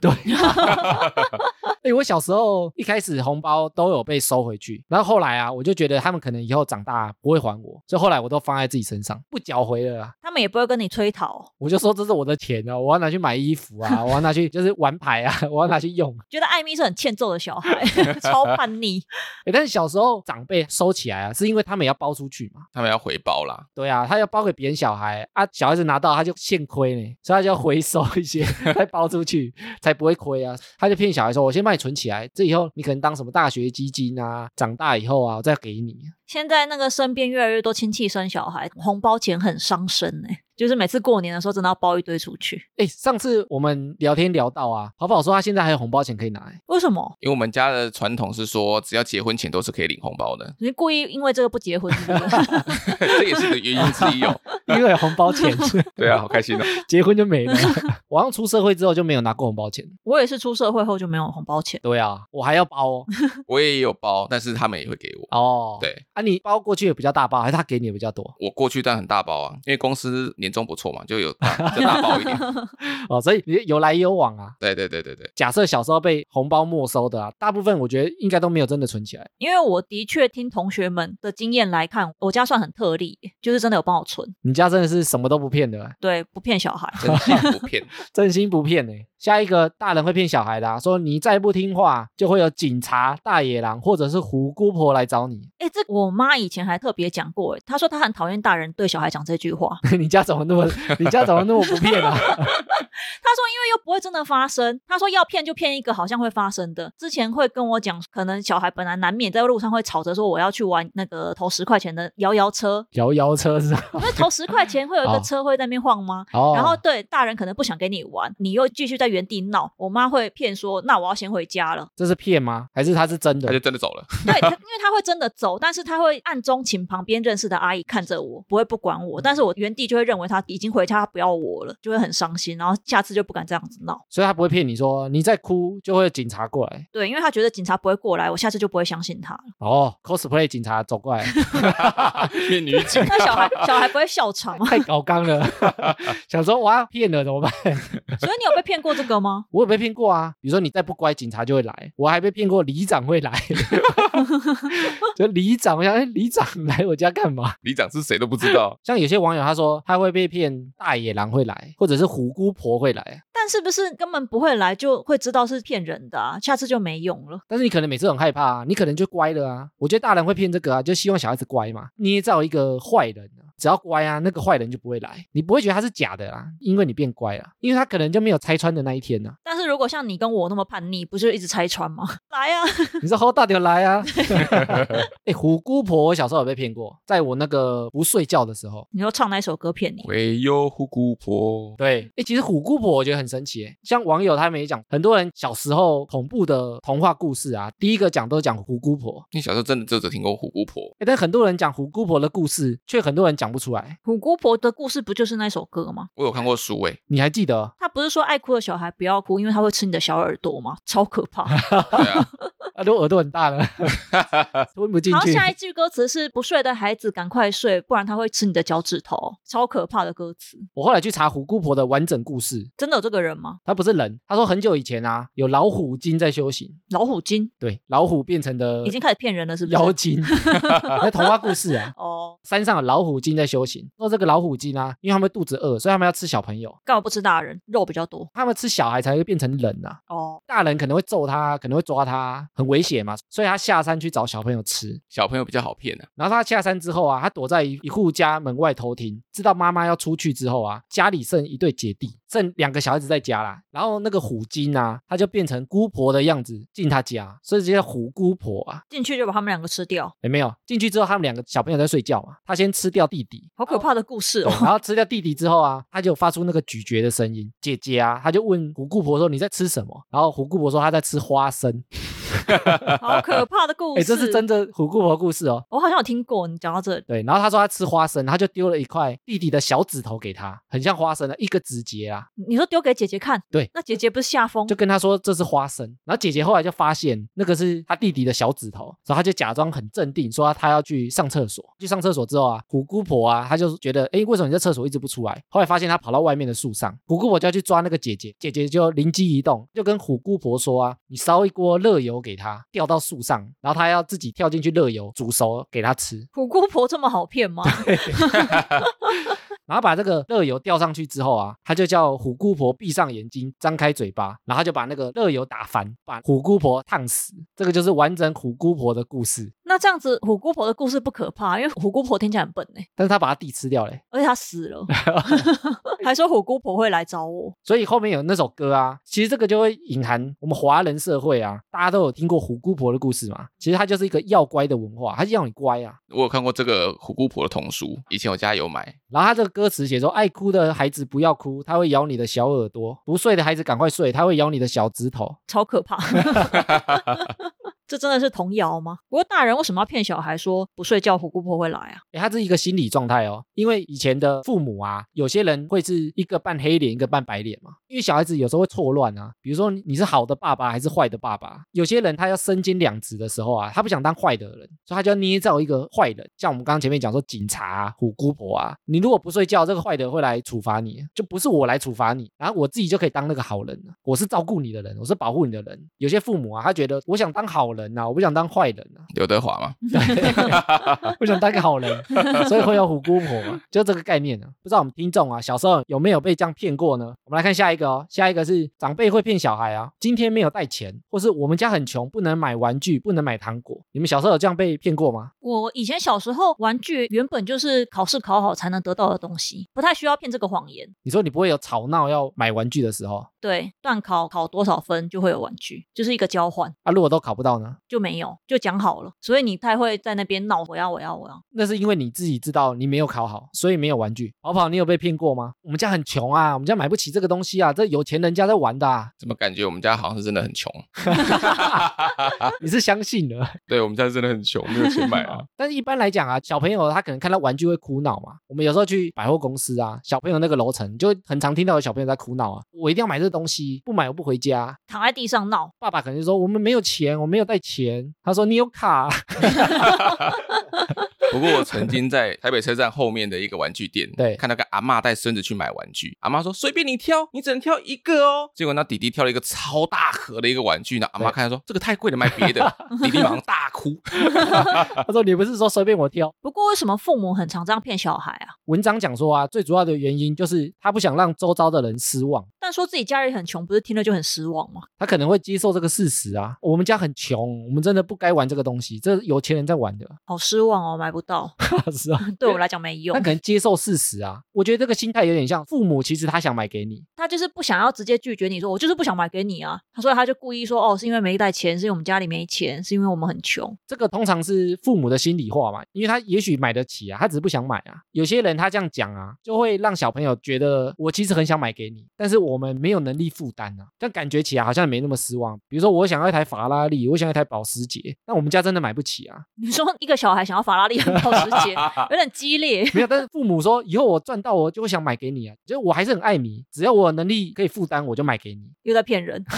哎，我小时候一开始红包都有被收回去，然后后来啊，我就觉得他们可能以后长大不会还我，所以后来我都放在自己身上，不缴回了啊。
他们也不会跟你催讨，
我就说这是我的钱啊，我要拿去买衣服啊，我要拿去就是玩牌啊，我要拿去用。
觉得艾米是很欠揍的小孩， *laughs* 超叛逆。
哎，但是小时候长辈收起来啊，是因为他们也要包出去嘛。
他们要回报啦，
对啊，他要包给别人小孩啊，小孩子拿到他就现亏呢，所以他就要回收一些 *laughs* 再包出去，才不会亏啊。他就骗小孩说：“我先帮你存起来，这以后你可能当什么大学基金啊，长大以后啊，我再给你。
现在那个身边越来越多亲戚生小孩，红包钱很伤身呢、就是每次过年的时候，真的要包一堆出去。”
哎，上次我们聊天聊到啊，跑跑说他现在还有红包钱可以拿、欸，
为什么？，
因为我们家的传统是说，只要结婚前都是可以领红包的 *laughs*
你是故意因为这个不结婚是不是？ *laughs*
这也是个原因之一哦。
因为有红包钱，
*laughs* 对啊，好开心哦。
*laughs* 结婚就没了。 *laughs* 我好像出社会之后就没有拿过红包钱。
我也是出社会后就没有红包钱，
对啊，我还要包
*laughs*
哦。
*laughs* 我也有包，但是他们也会给我。
哦，
对
啊，你包过去也比较大包，还是他给你的比较多？
我过去但很大包啊，因为公司年中不错嘛，就有 *laughs* 大再大包一点。
哦，所以你有来有往啊。
对对对对对，
假设小时候被红包没收的啊，大部分我觉得应该都没有真的存起来。
因为我的确听同学们的经验来看，我家算很特例，就是真的有帮我存，
你家真的是什么都不骗的，啊
对，不骗小孩。
真心不 *laughs* 骗。
真心不骗呢、下一个大人会骗小孩的、啊，说你再不听话，就会有警察、大野狼或者是虎姑婆来找你。 *laughs*
哎，这我妈以前还特别讲过，她说她很讨厌大人对小孩讲这句话。
你家怎么那么，你家怎么那么不骗啊？ *laughs*
她说因为又不会真的发生，她说要骗就骗一个好像会发生的。之前会跟我讲，可能小孩本来难免在路上会吵着说我要去玩那个投十块钱的摇摇车，
摇摇车是吧？
因为投十块钱会有一
哦
个车会在那边晃吗？
哦，
然后对大人可能不想跟你玩，你又继续在原地闹，我妈会骗说那我要先回家了。
这是骗吗？还是他是真
他就
的？
真的走了，
对，
*laughs*
她因为她会真的走，但是她会暗中请旁边认识的阿姨看着我，不会不管我，但是我原地就会认为她已经回家，她不要我了，就会很伤心，然后下次就不敢这样子闹。
所以他不会骗你说你再哭就会有警察过来。
对，因为她觉得警察不会过来，我下次就不会相信她了。 *laughs*
哦，cosplay 警察走过来， *laughs*
变女警。
那小孩小孩不会笑场吗？ *laughs*
太搞纲了。 *laughs* 想说哇骗了怎么办？
所以你有被骗过这个吗？
我有被骗过啊，比如说你再不乖，警察就会来。我还被骗过，里长会来。 *laughs* 就里长，我想，哎，里长来我家干嘛？
*laughs* 里长是谁都不知道，
像有些网友他说他会被骗，大野狼会来，或者是虎姑婆会来。
但是不是根本不会来就会知道是骗人的啊？下次就没用了。
但是你可能每次很害怕啊，你可能就乖了啊。我觉得大人会骗这个啊，就希望小孩子乖嘛，捏造一个坏人啊。只要乖啊，那个坏人就不会来，你不会觉得他是假的啦，因为你变乖了，因为他可能就没有拆穿的那一天啊呐、
但是如果像你跟我那么叛逆，不是就一直拆穿吗？ *laughs* 来啊！
你说好大就来啊！ *laughs* 哎、虎姑婆，我小时候有被骗过，在我那个不睡觉的时候，
你说唱哪一首歌骗你？
唯有虎姑婆。
对，哎，其实虎姑婆我觉得很神奇诶，像网友他们也讲，很多人小时候恐怖的童话故事啊，第一个讲都讲虎姑婆，
你小时候真的就只听过虎姑婆？
哎，但很多人讲虎姑婆的故事，却很多人讲不出来。
虎姑婆的故事不就是那首歌吗？
我有看过书欸诶、
你还记得？哦
她不是说爱哭的小孩不要哭，因为她会吃你的小耳朵吗？超可怕！
对啊，
啊，都耳朵很大了， *laughs* 吞不 *laughs* 进
然后
去。
下一句歌词是不睡的孩子赶快睡，不然他会吃你的脚趾头，超可怕的歌词。
我后来去查虎姑婆的完整故事，
真的有这个人吗？
她不是人，她说很久以前啊，有老虎精在修行，
老虎精
对，老虎变成的
已经开始骗人了，是不
妖
是？
精， *laughs* 那童话故事啊。
哦，
山上有老虎精在修行，说这个老虎精啊，因为他们肚子饿，所以他们要吃小朋友，
干嘛不吃大人？肉比较多
他们吃小孩才会变成人啊。
哦。
大人可能会揍他，可能会抓他，很危险嘛，所以他下山去找小朋友吃。
小朋友比较好骗啊。
然后他下山之后啊，他躲在一一户家门外偷听，知道妈妈要出去之后啊，家里剩一对姐弟，剩两个小孩子在家啦。然后那个虎精啊，他就变成姑婆的样子进他家，所以这叫虎姑婆啊。
进去就把他们两个吃掉，
有没有进去之后，他们两个小朋友在睡觉嘛，他先吃掉弟弟，
好可怕的故事
对
*laughs* 哦。
然后吃掉弟弟之后啊，他就发出那个咀嚼的声音。姐姐啊，他就问虎姑婆说：“你在吃什么？”然后虎姑婆说：“她在吃花生。
好可怕的”故
哎，
事。
这是真的虎姑婆故事哦。
我好像有听过你讲到这里，
对，然后他说他吃花生，他就丢了一块弟弟的小指头给他，很像花生的一个指节啊，
你说丢给姐姐看，
对
那姐姐不是吓疯
就，跟他说这是花生。然后姐姐后来就发现那个是他弟弟的小指头，然后他就假装很镇定，说他要去上厕所。去上厕所之后啊，虎姑婆啊，她就觉得诶，为什么你在厕所一直不出来？后来发现她跑到外面的树上，虎姑婆就要去抓那个姐姐，姐姐就灵机一动，就跟虎姑婆说啊，你烧一锅热油给她，吊到树上，然后她要自己跳进去热油煮熟给她吃。
虎姑婆这么好骗吗？
*laughs* 然后把这个热油吊上去之后啊，他就叫虎姑婆闭上眼睛，张开嘴巴，然后他就把那个热油打翻，把虎姑婆烫死。这个就是完整虎姑婆的故事，
*laughs* 那这样子，虎姑婆的故事不可怕，因为虎姑婆听起来很笨哎、
但是他把他弟吃掉嘞。
而且她死了，还说虎姑婆会来找我。
*laughs* 所以后面有那首歌啊，其实这个就会隐含我们华人社会啊，大家都有听过虎姑婆的故事嘛。其实它就是一个要乖的文化，它要你乖啊。
我有看过这个虎姑婆的童书，以前我家有买。
然后他这个歌词写说：“爱哭的孩子不要哭，他会咬你的小 *laughs* 耳朵；不睡的孩子赶快睡，他会咬你的小指头。”
超可怕！ *laughs* 这真的是童谣吗？不过大人为什么要骗小孩说不睡觉虎姑婆会来啊？
诶它是一个心理状态哦，因为以前的父母啊，有些人会是一个扮黑脸，一个扮白脸嘛，因为小孩子有时候会错乱啊。比如说你你是好的爸爸还是坏的爸爸，有些人他要身兼两职的时候啊，他不想当坏的人，所以他就要捏造一个坏人。像我们刚刚前面讲说，警察、啊、虎姑婆啊，你如果不睡觉，这个坏的会来处罚你，就不是我来处罚你，然后我自己就可以当那个好人了。我是照顾你的人，我是保护你的人。有些父母啊，他觉得我想当好人啊，我不想当坏人啊。
刘德华嘛，
不想当个好人，所以会有虎姑婆嘛，就这个概念呢、不知道我们听众啊，小时候有没有被这样骗过呢？我们来看下一个哦，下一个是长辈会骗小孩啊，今天没有带钱，或是我们家很穷，不能买玩具，不能买糖果。你们小时候有这样被骗过吗？
我以前小时候玩具原本就是考试考好才能得到的东西，不太需要骗这个谎言。
你说你不会有吵闹要买玩具的时候
对，段考考多少分就会有玩具，就是一个交换，
啊？如果都考不到呢？
就没有就讲好了，所以你不太会在那边闹我要我要我要。
那是因为你自己知道你没有考好，所以没有玩具。跑跑，你有被骗过吗？我们家很穷啊，我们家买不起这个东西啊，这有钱人家在玩的啊。
怎么感觉我们家好像是真的很穷？ *laughs*
你是相信了？
对我们家真的很穷，没有钱买啊。
但是一般来讲啊，小朋友他可能看到玩具会哭闹嘛。我们有时候去百货公司啊，小朋友那个楼层就会很常听到有小朋友在哭闹啊，我一定要买这个东西，不买我不回家。
躺在地上闹，
爸爸可能就说我们没有钱，我没有带钱。他说你有卡，啊
不过我曾经在台北车站后面的一个玩具店，
对
看到个阿嬷带孙子去买玩具，阿嬷说随便你挑，你只能挑一个哦。结果那弟弟挑了一个超大盒的一个玩具呢，阿嬷
对
看到说这个太贵了，买
*laughs*
别的。弟弟马上大哭，
*laughs* 他说你不是说随便我挑。
不过为什么父母很常这样骗小孩啊？
文章讲说啊，最主要的原因就是他不想让周遭的人失望。
但说自己家里很穷，不是听了就很失望吗？
他可能会接受这个事实啊，我们家很穷，我们真的不该玩这个东西，这是有钱人在玩的， *laughs*
好失望哦，买不到， *laughs*
是啊。
对我来讲没用
他。可能接受事实啊，我觉得这个心态有点像父母，其实他想买给你，
他就是不想要直接拒绝你说，我就是不想买给你啊。他说他就故意说，哦，是因为没带钱，是因为我们家里没钱，是因为我们很穷。
这个通常是父母的心里话嘛，因为他也许买得起啊，他只是不想买啊。有些人他这样讲啊，就会让小朋友觉得我其实很想买给你，但是我们没有能力负担啊，但感觉起来好像也没那么失望。比如说我想要一台法拉利，我想要一台保时捷，那我们家真的买不起啊， *laughs*
你说一个小孩想要法拉利很保时捷，有点激烈。
没有。但是父母说以后我赚到我就会想买给你啊，就是我还是很爱你，只要我有能力可以负担我就买给你。
又在骗人， *laughs*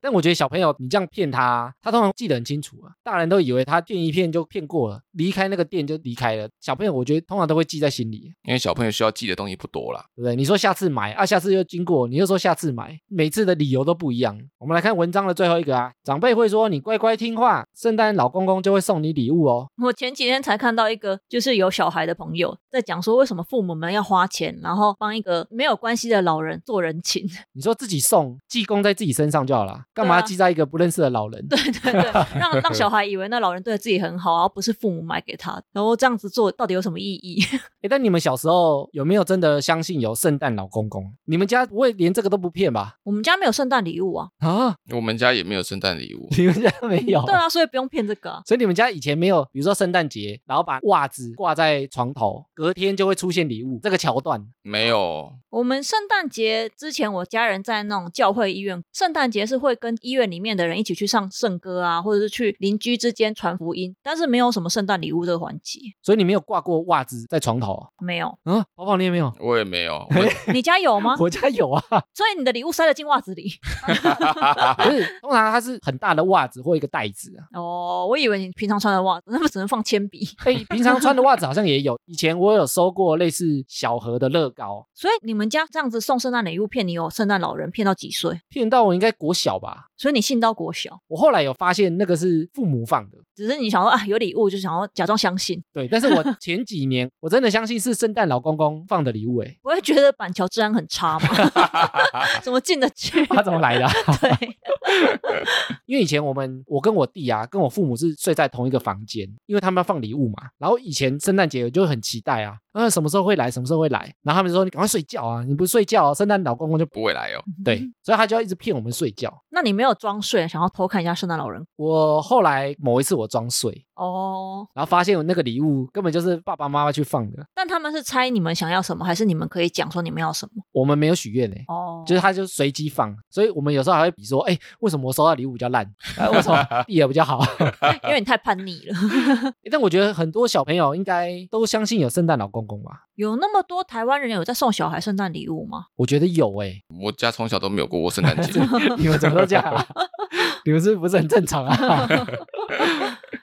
但我觉得小朋友你这样骗他，啊他通常记得很清楚啊。大人都以为他骗一骗就骗过了，离开那个店就离开了。小朋友我觉得通常都会记在心里，
*laughs*
啊
因为小朋友需要记的东西不多啦。
对不对？你说下次买啊，下次又经过，你又说下次买，每次的理由都不一样。我们来看文章的最后一个啊，长辈会说你乖乖听话，圣诞老公公就会送你礼物哦。
我前几天才看到一个，就是有小孩的朋友在讲说，为什么父母们要花钱，然后帮一个没有关系的老人做人情。 *laughs*
你说自己送，寄公在自己身上就好了，干嘛
对啊
寄在一个不认识的老人？ *laughs*
对对对，让让小孩以为那老人对自己很好，然后不是父母买给他的，然后这样子做到底有什么意义？ *laughs*
哎，但你们小时候有没有真的相信有圣诞老公公？你们家不会连这个都不骗吧？
我们家没有圣诞礼物啊，
啊， *laughs*
我们家也没有圣诞礼物， *laughs*
你们家没有？
对啊，所以不用骗这个啊、
所以你们家以前没有，比如说圣诞节，然后把袜子挂在床头，隔天就会出现礼物这个桥段。
没有。
我们圣诞节之前，我家人在那种教会医院，圣诞节是会跟医院里面的人一起去唱圣歌啊，或者是去邻居之间传福音，但是没有什么圣诞礼物这个环节，
所以你没有挂过袜子在床头啊？
没有。
嗯，宝宝你也没
*laughs*
有？？
我也没有，我
你家有吗
*laughs* 我家有啊，
所以你的礼物塞得进袜子里？
可是通常它是很大的袜子或一个袋子啊。
哦，我以为你平常穿的袜子，那不只能放铅笔。
哎、平常穿的袜子好像也有。以前我有收过类似小盒的乐高，
所以你们家这样子送圣诞礼物骗你有圣诞老人骗到几岁？
骗到我应该国小吧。
所以你信到国小，
我后来有发现那个是父母放的，
只是你想说啊有礼物就想要假装相信，
对。但是我前几年我真的相信是圣诞老公公放的礼物、欸，
不会觉得板桥治安很差吗？ *laughs* 怎么进得去？
*laughs* 他怎么来的啊、
对。
因为以前我们我跟我弟啊，跟我父母是睡在同一个房间，因为他们要放礼物嘛。然后以前圣诞节我就很期待啊，啊什么时候会来，什么时候会来。然后他们就说你赶快睡觉啊，你不睡觉、啊，圣诞老公公就
不会来哦。
*laughs* 对，所以他就要一直骗我们睡觉。
那你没有装睡，想要偷看一下圣诞老人？
我后来某一次我装睡，
哦，
然后发现有那个礼物根本就是爸爸妈妈去放的，
但他们是猜你们想要什么，还是你们可以讲说你们要什么？
我们没有许愿呢、
哦，
就是他就随机放，所以我们有时候还会比说，哎、为什么我收到礼物比较烂？啊、为什么也比较好？ *laughs* 欸
因为你太叛逆了。 *laughs*
但我觉得很多小朋友应该都相信有圣诞老公公吧？
有那么多台湾人有在送小孩圣诞礼物吗？
我觉得有哎、
我家从小都没有过过圣诞节，
*laughs* 你们怎么都这样、啊？ *laughs* 你们是不是很正常啊？ *laughs*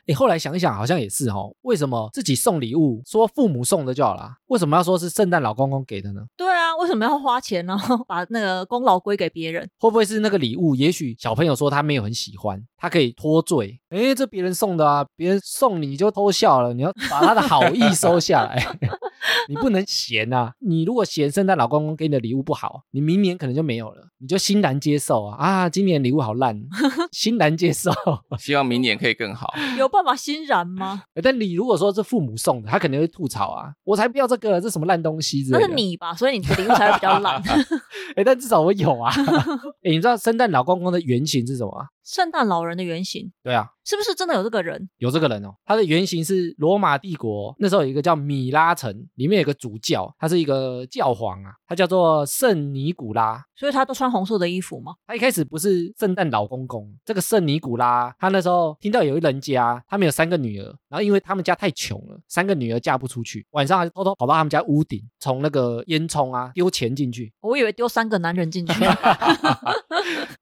你、后来想一想，好像也是哦。为什么自己送礼物说父母送的就好啦？为什么要说是圣诞老公公给的呢？
对啊，为什么要花钱然后 *laughs* 把那个功劳归给别人？
会不会是那个礼物？也许小朋友说他没有很喜欢，他可以脱罪。诶，这别人送的啊，别人送你就偷笑了，你要把他的好意收下来， *laughs* 你不能嫌啊。你如果嫌圣诞老公公给你的礼物不好，你明年可能就没有了，你就欣然接受啊啊，今年礼物好烂， *laughs* 欣然接受。
希望明年可以更好。
有办法欣然吗？
但你如果说是父母送的，他肯定会吐槽啊，我才不要这个，这什么烂东西之类
那
的。
是你吧，所以你的礼物才会比较烂。 *laughs*
哎、但至少我有啊。 *laughs* 哎、你知道圣诞老公公的原型是什么吗？
圣诞老人的原型
对啊，
是不是真的有这个人？
有这个人哦，他的原型是罗马帝国那时候有一个叫米拉城，里面有一个主教，他是一个教皇啊，他叫做圣尼古拉。
所以他都穿红色的衣服吗？
他一开始不是圣诞老公公，这个圣尼古拉，他那时候听到有一人家，他们有三个女儿，然后因为他们家太穷了，三个女儿嫁不出去，晚上还偷偷跑到他们家屋顶，从那个烟囱啊丢钱进去，
我以为丢三个男人进去。 *laughs*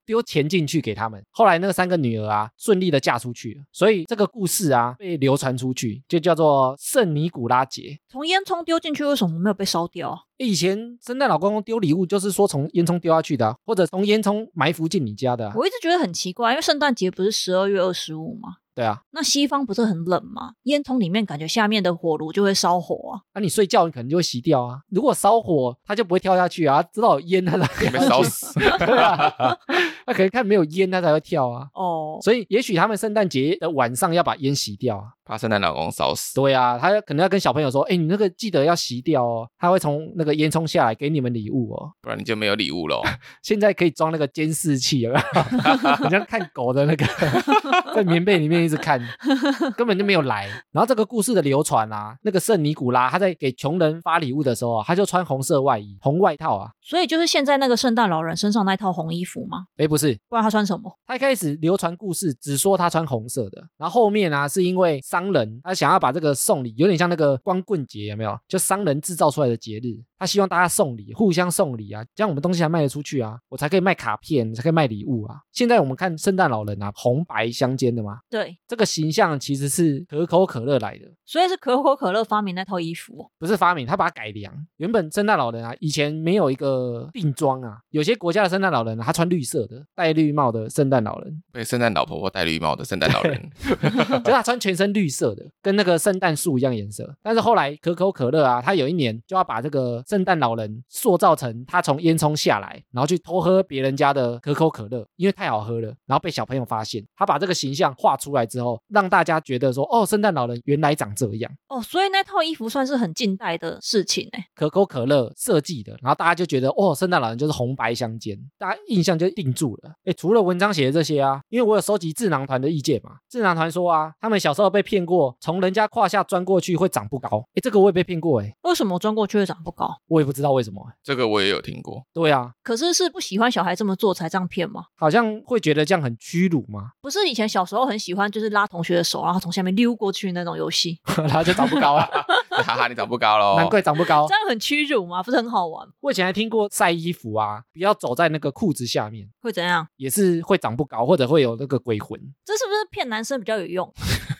丢钱进去给他们。后来那三个女儿啊，顺利的嫁出去了，所以这个故事啊被流传出去，就叫做圣尼古拉节。
从烟囱丢进去，为什么没有被烧掉啊？
以前圣诞老公公丢礼物，就是说从烟囱丢下去的啊、或者从烟囱埋伏进你家的啊、
我一直觉得很奇怪，因为圣诞节不是十二月二十五吗？
对啊，
那西方不是很冷吗？烟囱里面感觉下面的火炉就会烧火啊。
那、你睡觉你可能就会熄掉啊。如果烧火，它就不会跳下去啊，它知道有烟它才
也
会
被
跳
烧
下去。
死，
*laughs* 对啊，它可能看没有烟它才会跳啊。
哦，
所以也许他们圣诞节的晚上要把烟熄掉啊。
怕圣诞老公烧死。
对啊，他可能要跟小朋友说，哎，你那个记得要熄掉哦，他会从那个烟囱下来给你们礼物哦。
不然你就没有礼
*laughs*
物喽。
现在可以装那个监视器，有没有？ *laughs* 很像看狗的那个， *laughs* 在棉被里面一直看，根本就没有来。然后这个故事的流传啊，那个圣尼古拉他在给穷人发礼物的时候啊，他就穿红色外衣、红外套啊。
所以就是现在那个圣诞老人身上那一套红衣服吗？
诶，不是，
不然他穿什么？
他一开始流传故事只说他穿红色的，然后后面啊是因为商人他想要把这个送礼，有点像那个光棍节，有没有？就商人制造出来的节日，他希望大家送礼，互相送礼啊，这样我们东西才卖得出去啊，我才可以卖卡片，才可以卖礼物啊。现在我们看圣诞老人啊，红白相间的嘛，
对，
这个形象其实是可口可乐来的。
所以是可口可乐发明那套衣服哦、
不是发明，他把它改良。原本圣诞老人啊，以前没有一个定妆啊，有些国家的圣诞老人、啊、他穿绿色的，戴绿帽的圣诞老人，
被圣诞老婆婆戴绿帽的圣诞老人，
*laughs* 可是他穿全身绿色的，跟那个圣诞树一样颜色。但是后来可口可乐啊，他有一年就要把这个圣诞老人塑造成他从烟囱下来，然后去偷喝别人家的可口可乐，因为太好喝了，然后被小朋友发现。他把这个形象画出来之后，让大家觉得说，哦，圣诞老人原来长这样。
哦，所以那套衣服算是很近代的事情哎、
可口可乐设计的，然后大家就觉得哦，圣诞老人就是红白相间，大家印象就定住了。哎，除了文章写的这些啊，因为我有收集智囊团的意见嘛，智囊团说啊，他们小时候被骗过，从人家胯下钻过去会长不高。哎，这个我也被骗过，哎，
为什么钻过去会长不高？
我也不知道为什么。
这个我也有听过。
对啊，
可是是不喜欢小孩这么做才这样骗吗？
好像会觉得这样很屈辱嘛， *laughs*
不是以前小时候很喜欢，就是拉同学的手，然后从下面溜过去那种游戏，
然后就长不
*laughs*
高啊，
哈哈，你长不高喽。
难怪长不高
这。样很屈辱吗？不是很好玩吗？
我以前还听过晒衣服啊，不要走在那个裤子下面，
会怎样？
也是会长不高，或者会有那个鬼魂。
这是不是骗男生比较有用？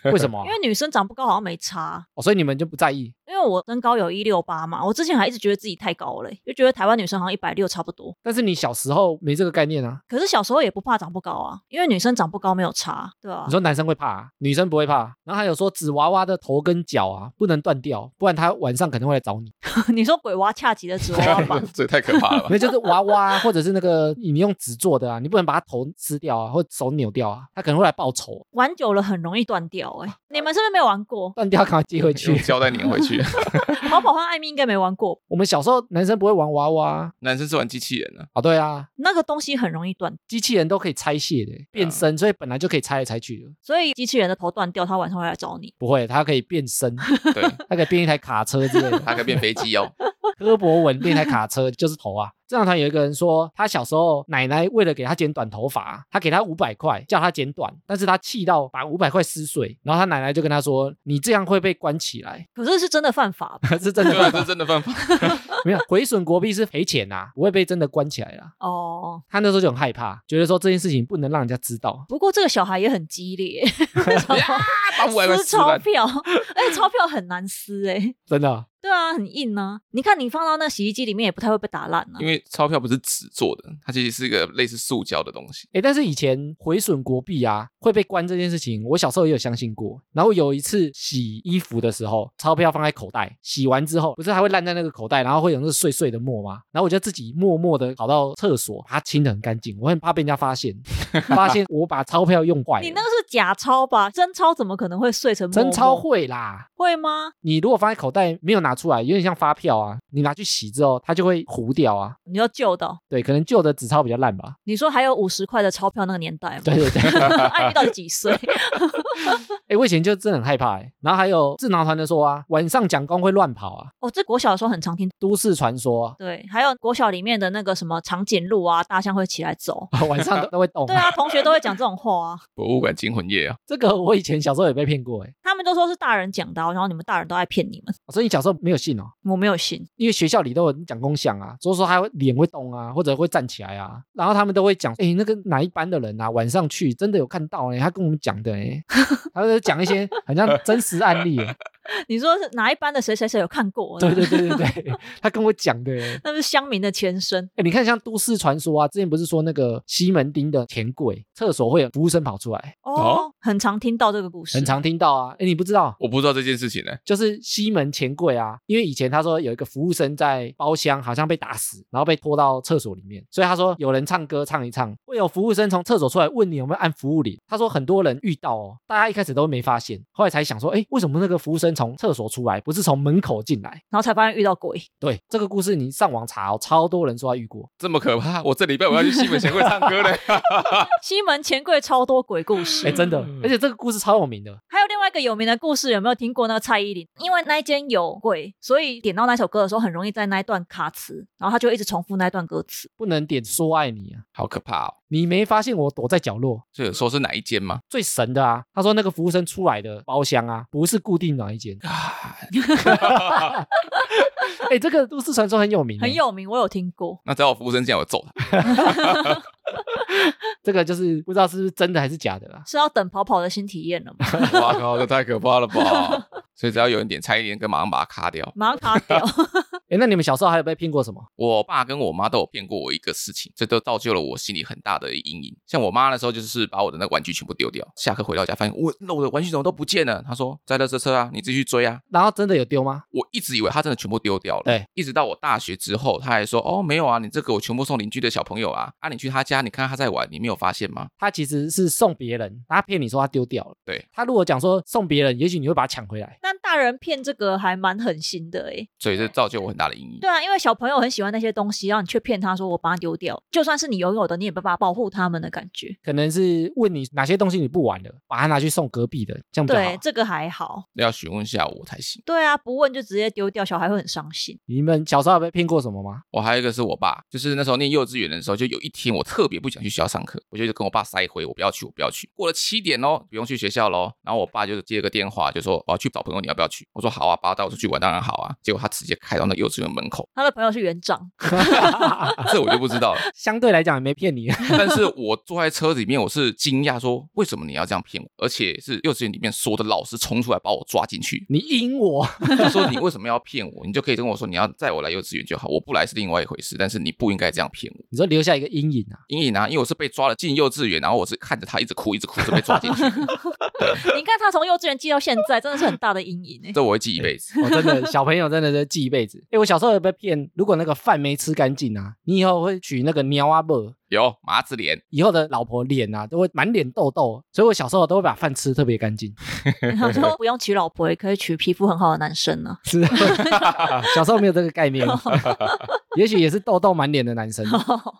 为什么啊
*laughs* 因？为女生长不高好像没差。
哦，所以你们就不在意？
因为我身高有一六八嘛，我之前还一直觉得自己太高了欸、就觉得台湾女生好像一百六差不多。
但是你小时候没这个概念啊。
可是小时候也不怕长不高啊，因为女生长不高没有差，对啊
你。说男生会怕、女生不会怕。啊然后还有说纸娃娃的头跟脚啊不能断掉，不然他晚上可能会来找你。
*laughs* 你说鬼娃恰吉的啊纸
*laughs*
娃娃版
这也太可怕了吧！
那就是娃娃啊或者是那个你用纸做的啊，你不能把他头撕掉啊，或手扭掉啊，他可能会来报仇，
玩久了很容易断掉、欸，哎，你们是不是没有玩过？
断掉赶快接回去
用。胶带粘回
*laughs*
去。去。
逃跑和艾米应该没玩过，
我们小时候男生不会玩娃娃啊
男生是玩机器人啊，
啊，对啊，
那个东西很容易断，
机器人都可以拆卸的，
啊
变身，所以本来就可以拆来拆去的。
所以机器人的头断掉，它晚上会来找你。
不会，它可以变身，
对，
它可以变一台卡车之类的。
他可以变飞
*laughs*
机哦。
柯博文变一台卡车就是头啊。 *laughs* 正常团有一个人说，他小时候奶奶为了给他剪短头发，他给他五百块叫他剪短，但是他气到把五百块撕碎，然后他奶奶就跟他说：“你这样会被关起来。”
可是是真的犯法
是真
对啊，
的
这真的办法。
*laughs* 没有毁损国币是赔钱呐、不会被真的关起来啦。
哦。
他那时候就很害怕，觉得说这件事情不能让人家知道。
不过这个小孩也很激
*laughs*
烈， *laughs*
呀，把五百块
撕
撕
钞
烂。
票， *laughs* 而且钞票很难撕哎、
真的，
对啊，很硬啊。你看你放到那洗衣机里面也不太会被打烂啊
*laughs* 因。为钞票不是纸做的，它其实是一个类似塑胶的东西。
哎，但是以前毁损国币啊会被关这件事情，我小时候也有相信过。然后有一次洗衣服的时候，钞票放在口袋，洗完之后不是还会烂在那个口袋，然后会有那个碎碎的沫吗？然后我就自己默默的跑到厕所，把它清的很干净，我很怕被人家发现，发现我把钞票用坏了。
你那个是假钞吧？真钞怎么可能会碎成沫沫？
真钞会啦，
会吗？
你如果放在口袋没有拿出来，有点像发票啊，你拿去洗之后它就会糊掉啊。
你要旧的哦、
对，可能旧的纸钞比较烂吧。
你说还有五十块的钞票那个年代吗？
对对对。
*laughs* 艾米到底几岁？ *laughs*
哎、我以前就真的很害怕、欸。然后还有智囊团的说啊，晚上讲公会乱跑啊，
哦，这国小的时候很常听。
都市传说啊、
对，还有国小里面的那个什么长颈鹿啊，大象会起来走。
*laughs* 晚
*laughs*
上都都会动、
对啊，同学都会讲这种话啊。
博物馆惊魂夜啊，
这个我以前小时候也被骗过哎、
他们都说是大人讲的哦、然后你们大人都爱骗你们，
所以你小时候没有信哦，
我没有信。
因为学校里都有讲公像啊，所以说他会脸会动啊，或者会站起来啊，然后他们都会讲，哎、那个哪一班的人啊，晚上去真的有看到哎、他跟我们讲的哎、他就讲一些很像真实案例、欸，
你说是哪一班的谁谁谁有看过？
对对对对对，他跟我讲的、欸。
那是乡民的前身。
哎，你看，像都市传说啊，之前不是说那个西门町的钱柜厕所会有服务生跑出来，
哦，
哦
很常听到这个故事，
很常听到啊。哎，你不知道，
我不知道这件事情呢、
就是西门钱柜啊，因为以前他说有一个服务生在包厢好像被打死，然后被拖到厕所里面，所以他说有人唱歌唱一唱，会有服务生从厕所出来问你有没有按服务铃。他说很多人遇到哦，大家一开始都没发现，后来才想说，哎，为什么那个服务生从厕所出来，不是从门口进来？
然后才发现遇到鬼。
对，这个故事你上网查哦，超多人说他遇过。
这么可怕！我这礼拜我要去西门贤惠唱
*laughs*
歌嘞。
西门钱柜超多鬼故事
哎，，真的，而且这个故事超有名的，
还有另外一个有名的故事，有没有听过那个蔡依林？因为那一间有鬼，所以点到那首歌的时候，很容易在那一段卡词，然后他就一直重复那一段歌词。
不能点说爱你啊，
好可怕哦！
你没发现我躲在角落？
这有说是哪一间吗？
最神的啊！他说那个服务生出来的包厢啊，不是固定哪一间。哎、这个都市传说很有名、欸
很。有名，我有听过。
那只要我服务生进来，我揍他。
这个就是不知道是不是真的还是假的啦。
是要等跑跑的新体验了吗？
*laughs* 哇靠，这太可怕了吧！所以只要有人点蔡依林歌，马上把它卡掉。
马上卡
*laughs*
掉。
哎，那你们小时候还有被骗过什么？
我爸跟我妈都有骗过我一个事情，这都造就了我心里很大的阴影。像我妈那时候就是把我的那个玩具全部丢掉，下课回到家发现我那我的玩具怎么都不见了。她说在垃圾车啊，你自己去追啊。
然后真的有丢吗？
我一直以为她真的全部丢掉了，
对，
一直到我大学之后，她还说哦没有啊，你这个我全部送邻居的小朋友啊，啊你去她家，你看她在玩，你没有发现吗？
他其实是送别人，他骗你说他丢掉了。
对
他如果讲说送别人，也许你会把它抢回来。
但大人骗这个还蛮狠心的诶、
所以这造就我很大的阴影。
对啊，因为小朋友很喜欢那些东西，然后你却骗他说我把它丢掉，就算是你拥有的，你也没办法保护他们的感觉。
可能是问你哪些东西你不玩了，把它拿去送隔壁的，这样比较好
对，。这个还好。
要询问一下我才行。
对啊，不问就直接丢掉，小孩会很伤心。
你们小时候有被骗过什么吗？ *laughs*
我还有一个是我爸，就是那时候念幼稚园的时候，就有一天我特别不想去学校上课，我就跟我爸塞回，我不要去，我不要去。过了七点哦，不用去学校喽。然后我爸就接了个电话，就说我要去找朋友，你要不要去？我说好啊，爸带我出去玩，当然好啊。结果他直接开到那幼稚园门口，
他的朋友是园长，
这我就不知道了。
相对来讲也没骗你，
但是我坐在车子里面，我是惊讶说为什么你要这样骗我？而且是幼稚园里面所有的老师冲出来把我抓进去，
你阴我。
就说你为什么要骗我？你就可以跟我说你要载我来幼稚园就好，我不来是另外一回事，但是你不应该这样骗我。
你说留下一个阴影啊？
阴影啊，因为我是被抓了进幼稚园，然后我是看着他一直哭，一直哭，就被抓进
*laughs*
去，
你看他从幼稚园记到现在，真的是很大的阴影欸诶、
这我会记一辈子。
我真的小朋友真的是记一辈子。哎，我小时候有被骗，如果那个饭没吃干净啊，你以后会娶那个鸟阿伯，
有麻子脸，
以后的老婆脸啊都会满脸痘痘，所以我小时候都会把饭吃特别干净。
然后就不用娶老婆，也可以娶皮肤很好的男生啊呢、
是，小时候没有这个概念，也许也是痘痘满脸的男生，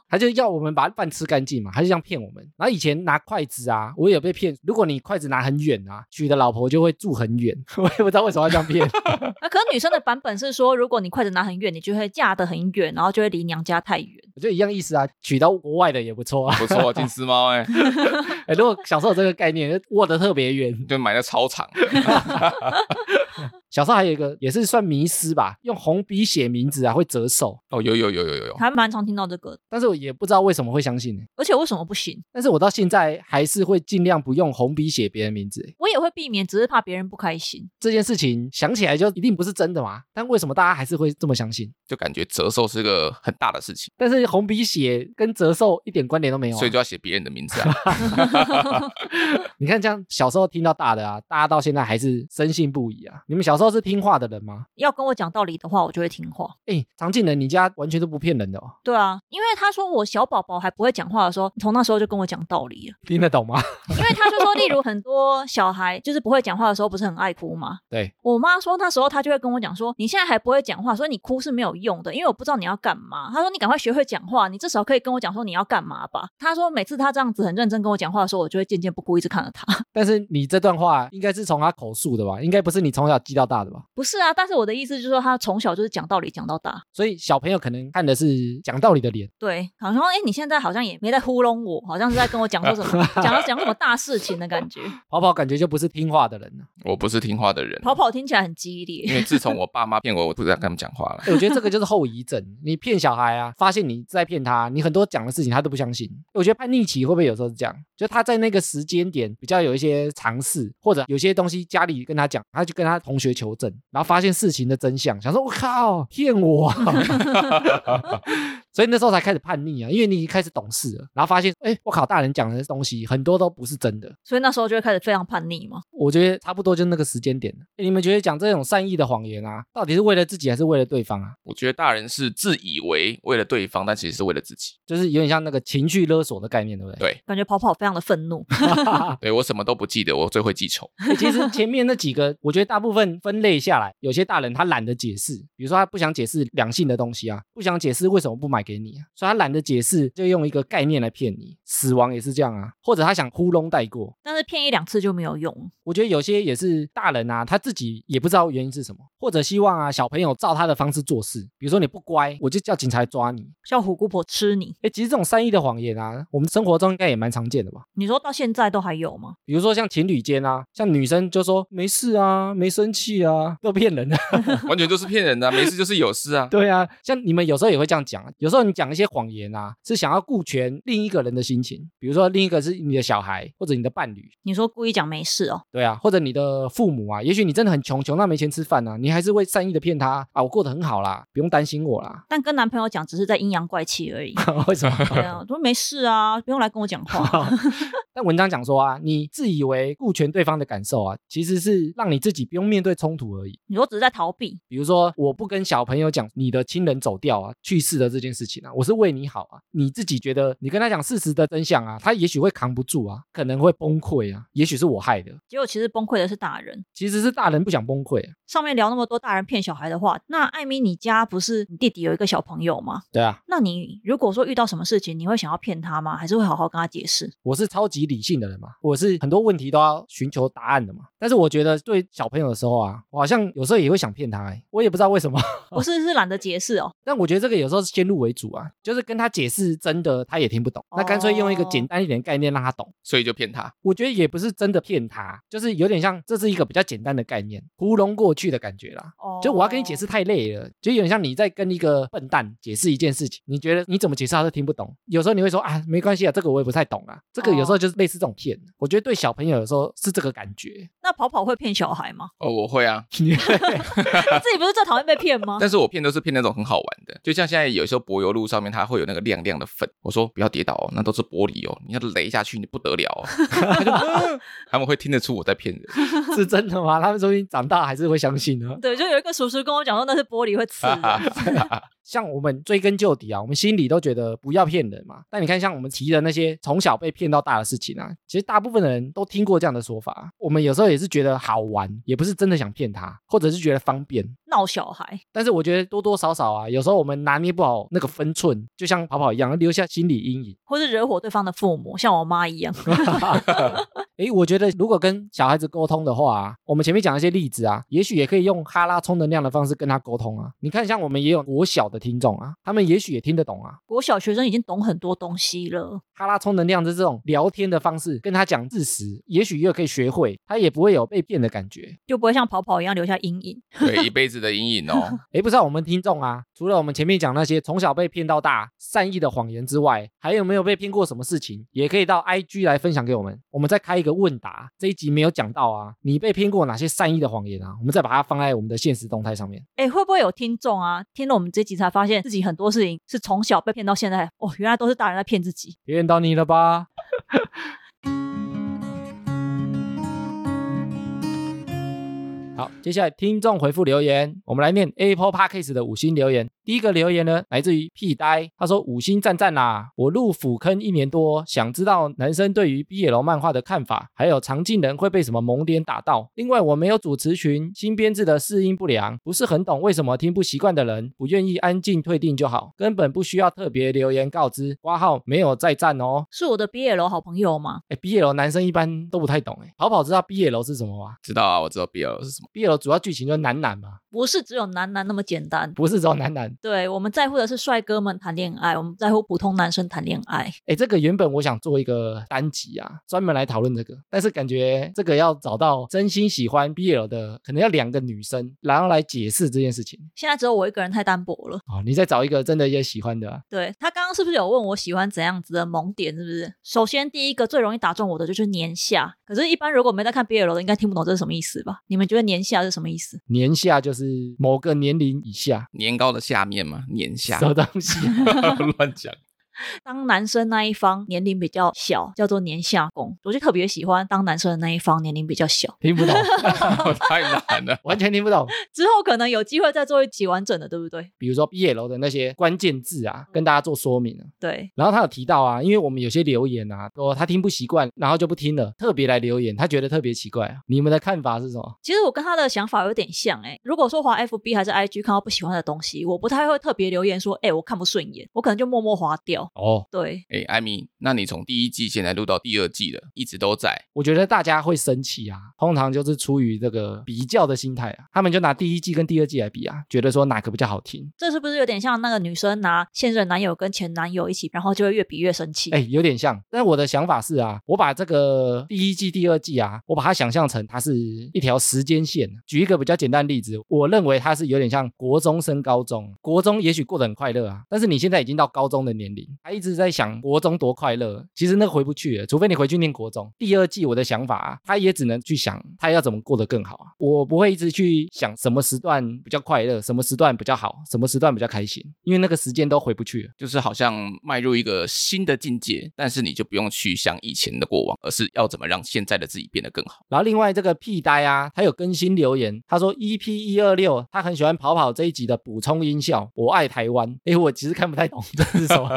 他就要我们把饭吃干净嘛，他就这样骗我们。然后以前拿筷子啊，我也被骗，如果你筷子拿很远啊，娶的老婆就会住很远， *laughs* 我也不知道为什么要这样骗。
*laughs*
*laughs*
那可是女生的版本是说，如果你筷子拿很远，你就会嫁得很远，然后就会离娘家太远。
我觉得一样意思啊，娶到国外的也不错啊。
不错，金丝猫
*laughs*
哎，
哎，如果小时候有这个概念，就握得特别远。
就买了超长，
小时候还有一个也是算迷失吧，用红笔写名字啊会折寿，
哦，有有有有有有，
还蛮常听到这个，
但是我也不知道为什么会相信、欸。
而且为什么不行？
但是我到现在还是会尽量不用红笔写别人名字、欸
我也会避免，只是怕别人不开心。
这件事情想起来就一定不是真的嘛？但为什么大家还是会这么相信？
就感觉折寿是个很大的事情，
但是红笔写跟折寿一点关联都没有、啊，
所以就要写别人的名字啊。
*laughs* 你看，这样小时候听到大的啊，大家到现在还是深信不疑啊。你们小时候是听话的人吗？
要跟我讲道理的话，我就会听话。
哎，常进人，你家完全都不骗人的哦，
对啊，因为他说我小宝宝还不会讲话的时候，从那时候就跟我讲道理了。
听得懂吗？
因为他就说，例如很多小孩就是不会讲话的时候，不是很爱哭吗？
对，
我妈说那时候她就会跟我讲说，你现在还不会讲话，所以你哭是没有用的，因为我不知道你要干嘛。她说你赶快学会讲话，你至少可以跟我讲说你要干嘛吧。她说每次她这样子很认真跟我讲话的时候，我就会渐渐不哭，一直看着她。 *laughs*
但是你这段话应该是从他口述的吧？应该不是你从小记到大的吧？
不是啊，但是我的意思就是说，她从小就是讲道理讲到大。
所以小朋友可能看的是讲道理的脸，
对，好像哎、诶你现在好像也没在糊弄我，好像是在跟我讲说什么，讲讲什么大事情的感觉。
跑跑感觉就不是听话的人了、
我不是听话的人，
跑跑听起来很激烈，
因为自从我爸妈骗我，我不再跟他们讲话了。
欸我觉得这个就是后遗症。你骗小孩啊，发现你在骗他，你很多讲的事情他都不相信。我觉得叛逆期会不会有时候是这样？就他在那个时间点比较有一些尝试，或者有些东西家里跟他讲，他就跟他同学求证，然后发现事情的真相，想说我靠，骗我啊。 *laughs* 所以那时候才开始叛逆啊，因为你已经开始懂事了，然后发现，哎，我靠，大人讲的东西很多都不是真的。
所以那时候就会开始非常叛逆嘛。
我觉得差不多就那个时间点了。欸你们觉得讲这种善意的谎言啊，到底是为了自己还是为了对方啊？
我觉得大人是自以为为了对方，但其实是为了自己。
就是有点像那个情绪勒索的概念，对不对？
对
感觉跑跑非常的愤怒，
对我什么都不记得，我最会记仇。
*laughs* 欸其实前面那几个，我觉得大部分分类下来，有些大人他懒得解释，比如说他不想解释两性的东西啊，不想解释为什么不买给你啊，所以他懒得解释，就用一个概念来骗你。死亡也是这样啊，或者他想糊弄带过。
但是骗一两次就没有用。
我觉得有些也是大人啊，他自己也不知道原因是什么，或者希望啊小朋友照他的方式做事，比如说你不乖，我就叫警察抓你。
像虎姑婆吃你，
哎，其实这种善意的谎言啊，我们生活中应该也蛮常见的吧。
你说到现在都还有吗？
比如说像情侣间啊，像女生就说没事啊，没生气啊，都骗人的。 *laughs*
完全就是骗人的啊、没事就是有事啊。
对啊，像你们有时候也会这样讲，啊，有时候你讲一些谎言啊，是想要顾全另一个人的心情，比如说另一个是你的小孩或者你的伴侣，
你说故意讲没事哦，
对啊，或者你的父母啊，也许你真的很穷，穷到没钱吃饭啊，你还是会善意的骗他啊，我过得很好啦，不用担心我啦。 *laughs*
但跟男朋友讲只是在阴阳怪气而已。
为什么？*laughs*
对啊，我说没事啊，不用来跟我讲 *laughs* 话。
但文章讲说啊，你自以为顾全对方的感受啊，其实是让你自己不用面对冲突而已。
你说只是在逃避，
比如说，我不跟小朋友讲你的亲人走掉啊、去世的这件事情啊，我是为你好啊。你自己觉得你跟他讲事实的真相啊，他也许会扛不住啊，可能会崩溃啊，也许是我害的，
结果其实崩溃的是大人。
其实是大人不想崩溃、啊。
上面聊那么多大人骗小孩的话，那艾米，你家不是你弟弟有一个小朋友吗？
对啊，
那你如果说遇到什么事情，你会想要骗他吗？还是会好好跟他解释？
我是超级理性的人嘛，我是很多问题都要寻求答案的嘛。但是我觉得对小朋友的时候啊，我好像有时候也会想骗他、欸，我也不知道为什么。 *laughs*
不是，是懒得解释哦。
但我觉得这个有时候是先入为主啊，就是跟他解释真的，他也听不懂，那干脆用一个简单一点的概念让他懂。
所以就骗他。
我觉得也不是真的骗他，就是有点像这是一个比较简单的概念，糊弄过去的感觉啦。
哦
就我要跟你解释，太累了，就有点像你在跟一个笨蛋解释一件事情，你觉得你怎么解释他都听不懂。有时候你会说啊，没关系啊，这个我也不太懂啊。这个有时候就是类似这种骗，我觉得对小朋友有时候是这个感觉。
那跑跑会骗小孩吗？
哦，我会啊，
你自己不是最讨厌被骗
*laughs*
吗？
但是我骗都是骗那种很好玩的，就像现在有时候柏油路上面它会有那个亮亮的粉，我说不要跌倒哦，那都是玻璃哦，你要雷下去你不得了哦。 *laughs* 他就 *laughs* 嗯他们会听得出我在骗人，
是真的吗？他们说不定长大还是会相信呢。
对，就有一个叔叔跟我讲说那是玻璃会刺的，
像我们追根究底啊，我们心里都觉得不要骗人嘛。但你看，像我们提的那些从小被骗到大的事情啊，其实大部分的人都听过这样的说法。啊我们有时候也是觉得好玩，也不是真的想骗他，或者是觉得方便。
闹小孩，
但是我觉得多多少少啊，有时候我们拿捏不好那个分寸，就像跑跑一样，留下心理阴影。 *laughs*
或是惹火对方的父母，像我妈一样。
诶，我觉得如果跟小孩子沟通的话、啊，我们前面讲的一些例子啊，也许也可以用哈拉充能量的方式跟他沟通啊。你看，像我们也有国小的听众啊，他们也许也听得懂啊。
国小学生已经懂很多东西了，
哈拉充能量的这种聊天的方式，跟他讲事实，也许也可以学会，他也不会有被骗的感觉。
就不会像跑跑一样留下阴影。
对，一辈子的阴影哦。
诶，不知道我们听众啊，除了我们前面讲那些从小被骗到大善意的谎言之外，还有没有被骗过什么事情？也可以到 IG 来分享给我们，我们再开一个问答。这一集没有讲到啊，你被骗过哪些善意的谎言啊？我们再把它放在我们的现实动态上面。
哎，会不会有听众啊？听了我们这集才发现自己很多事情是从小被骗到现在，哦，原来都是大人在骗自己。
骗到你了吧？好，接下来听众回复留言，我们来念 Apple Podcast 的五星留言。第一个留言呢，来自于屁呆，他说：“五星赞赞啦！我入腐坑一年多，想知道男生对于 BL 漫画的看法，还有常进人会被什么萌点打到。另外，我没有主持群，新编制的适应不良，不是很懂为什么听不习惯的人不愿意安静退订就好，根本不需要特别留言告知。挂号没有再赞哦。
是我的 BL 好朋友吗？
哎，BL 男生一般都不太懂哎，跑跑知道 BL 是什么吗
知道啊，我知道 BL 是什么。
？BL 主要剧情就是男男嘛，
不是只有男男那么简单。
不是只有男男。
对我们在乎的是帅哥们谈恋爱，我们在乎普通男生谈恋爱。
哎，这个原本我想做一个单集啊，专门来讨论这个，但是感觉这个要找到真心喜欢 BL 的，可能要两个女生，然后来解释这件事情。
现在只有我一个人太单薄了。
哦，你再找一个真的也喜欢的、啊，
对他刚刚是不是有问我喜欢怎样子的萌点？是不是？首先第一个最容易打中我的就是年下，可是，一般如果没在看 BL 的，应该听不懂这是什么意思吧？你们觉得年下是什么意思？
年下就是某个年龄以下，
年糕的下面嘛，年下
什么东西啊、
*laughs*
*laughs*
乱讲。 *laughs*
当男生那一方年龄比较小，叫做年下攻。我就特别喜欢当男生的那一方年龄比较小。
听不懂，
太难了。
完全听不懂。
之后可能有机会再做一集完整的，对不对？
比如说 BL 的那些关键字啊，跟大家做说明啊。
对，
然后他有提到啊，因为我们有些留言啊，说他听不习惯，然后就不听了，特别来留言，他觉得特别奇怪啊。你们的看法是什么？
其实我跟他的想法有点像哎、如果说滑 FB 还是 IG 看到不喜欢的东西，我不太会特别留言说，哎、我看不顺眼，我可能就默默划掉。
哦，
对，
哎，艾米，那你从第一季现在录到第二季了，一直都在，
我觉得大家会生气啊，通常就是出于这个比较的心态啊，他们就拿第一季跟第二季来比啊，觉得说哪个比较好听，
这是不是有点像那个女生拿现任男友跟前男友一起，然后就会越比越生气？
哎，有点像。但我的想法是啊，我把这个第一季、第二季啊，我把它想象成它是一条时间线。啊举一个比较简单的例子，我认为它是有点像国中升高中，国中也许过得很快乐啊，但是你现在已经到高中的年龄，还一直在想国中多快乐，其实那个回不去了，除非你回去念国中。第二季我的想法啊，他也只能去想他要怎么过得更好啊，我不会一直去想什么时段比较快乐，什么时段比较好，什么时段比较开心，因为那个时间都回不去了。
就是好像迈入一个新的境界，但是你就不用去想以前的过往，而是要怎么让现在的自己变得更好。
然后另外这个屁呆啊，他有更新留言，他说 EP 一二六，他很喜欢跑跑这一集的补充音效，我爱台湾。诶，我其实看不太懂 *laughs* 这是什么，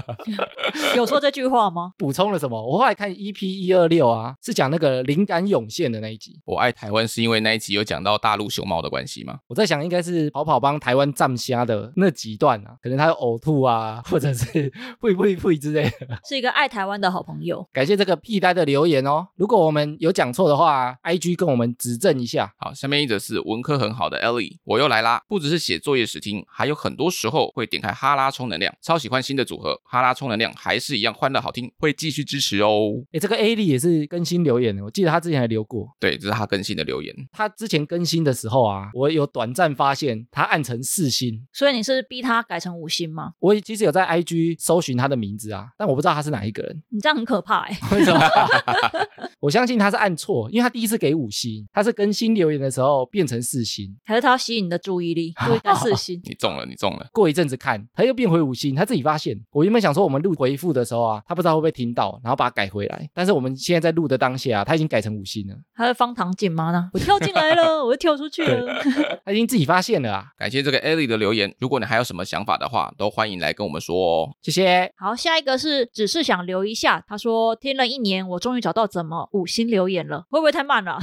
有说这句话吗？
补充了什么？我后来看 EP 一二六啊，是讲那个灵感涌现的那一集。
我爱台湾是因为那一集有讲到大陆熊猫的关系吗？
我在想，应该是跑跑帮台湾站虾的那几段啊，可能他有呕吐啊， *laughs* 或者是呸呸呸之类的。
是一个爱台湾的好朋友。
感谢这个屁呆的留言哦。如果我们有讲错的话，IG 跟我们指正一下。
好，下面一则是文科很好的 Ellie，我又来啦！不只是写作业时听，还有很多时候会点开哈拉充能量，超喜欢新的组合，哈拉充能量还是一样欢乐好听，会继续支持哦。
诶，这个 A 莉也是更新留言的，我记得他之前还留过。
对，这是他更新的留言。
他之前更新的时候啊，我有短暂发现他按成四星。
所以你是逼他改成五星吗？。
我其实有在 IG 搜寻他的名字啊，但我不知道他是哪一个人
你这样很可怕哎、
为什么？ *laughs* 我相信他是按错，因为他第一次给五星，他是更新留言的时候变成四星，
还是他要吸引你的注意力，注意到四星
你中了，你中了。
过一阵子看他又变回五星，他自己发现。我原本想说我们录回复的时候啊，他不知道会不会听到，然后把它改回来。但是我们现在在录的当下、啊，他已经改成五星了，
还是方糖警吗呢？我跳进来了，我又跳出去了。
他已经自己发现了啊，
感谢这个 Ellie 的留言，如果你还有什么想法的话，都欢迎来跟我们说哦。
谢谢。
*laughs* 好，下一个是只是想留一下。他说听了一年，我终于找到怎么五星留言了，会不会太慢了？ *laughs*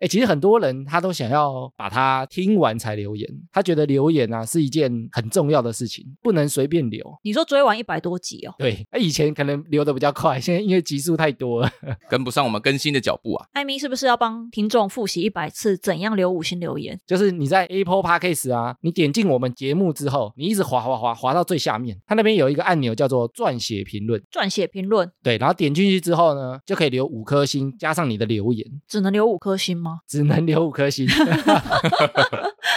哎、其实很多人他都想要把它听完才留言，他觉得留言啊是一件很重要的事情，不能随便留。
你说追完一百多集哦。
对，哎以前可能留的比较快，现在因为集数太多了，
跟不上我们更新的脚步啊，
艾米是不是要帮听众复习一百次怎样留五星留言？
就是你在 Apple Podcast 啊，你点进我们节目之后，你一直滑滑滑滑到最下面，它那边有一个按钮叫做撰写评论，
撰写评论
对，然后点进去之后呢，就可以留五颗星，加上你的留言，
只能留五颗星吗？
只能留五颗星。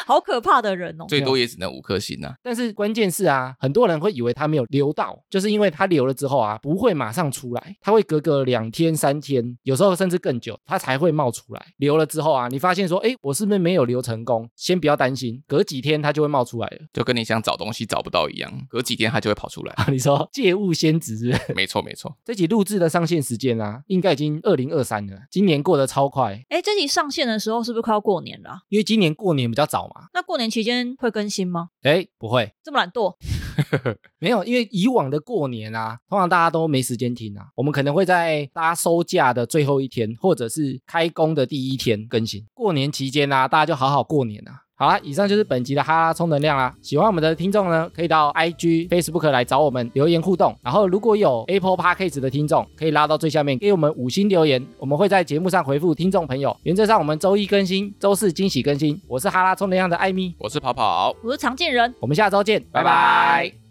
好可怕的人哦！
最多也只能五颗星呐、啊。
但是关键是啊，很多人会以为他没有留到，就是因为他留了之后啊，不会马上出来，他会隔个两天、三天，有时候甚至更久，他才会冒出来。留了之后啊，你发现说，哎，我是不是没有留成功？先不要担心，隔几天他就会冒出来了。 *laughs*
就跟你想找东西找不到一样，隔几天它就会跑出来。
你说借物先值是不 *laughs* 是
没错，没错，
这集录制的上线时间啊，应该已经二零二三了，今年过得超快，
哎，这集上线的时候是不是快要过年了啊、
因为今年过年比较早嘛。
那过年期间会更新吗？
哎，不会，
这么懒惰，
没有，因为以往的过年啊，通常大家都没时间听啊。我们可能会在大家收假的最后一天，或者是开工的第一天更新。过年期间啊，大家就好好过年啊。好啦，以上就是本集的哈拉充能量啦。喜欢我们的听众呢，可以到 IG、Facebook 来找我们留言互动。然后如果有 Apple Podcast 的听众，可以拉到最下面给我们五星留言，我们会在节目上回复听众朋友。原则上我们周一更新，周四惊喜更新。我是哈拉充能量的艾米，
我是跑跑，
我是常见人。
我们下周见，拜拜
拜拜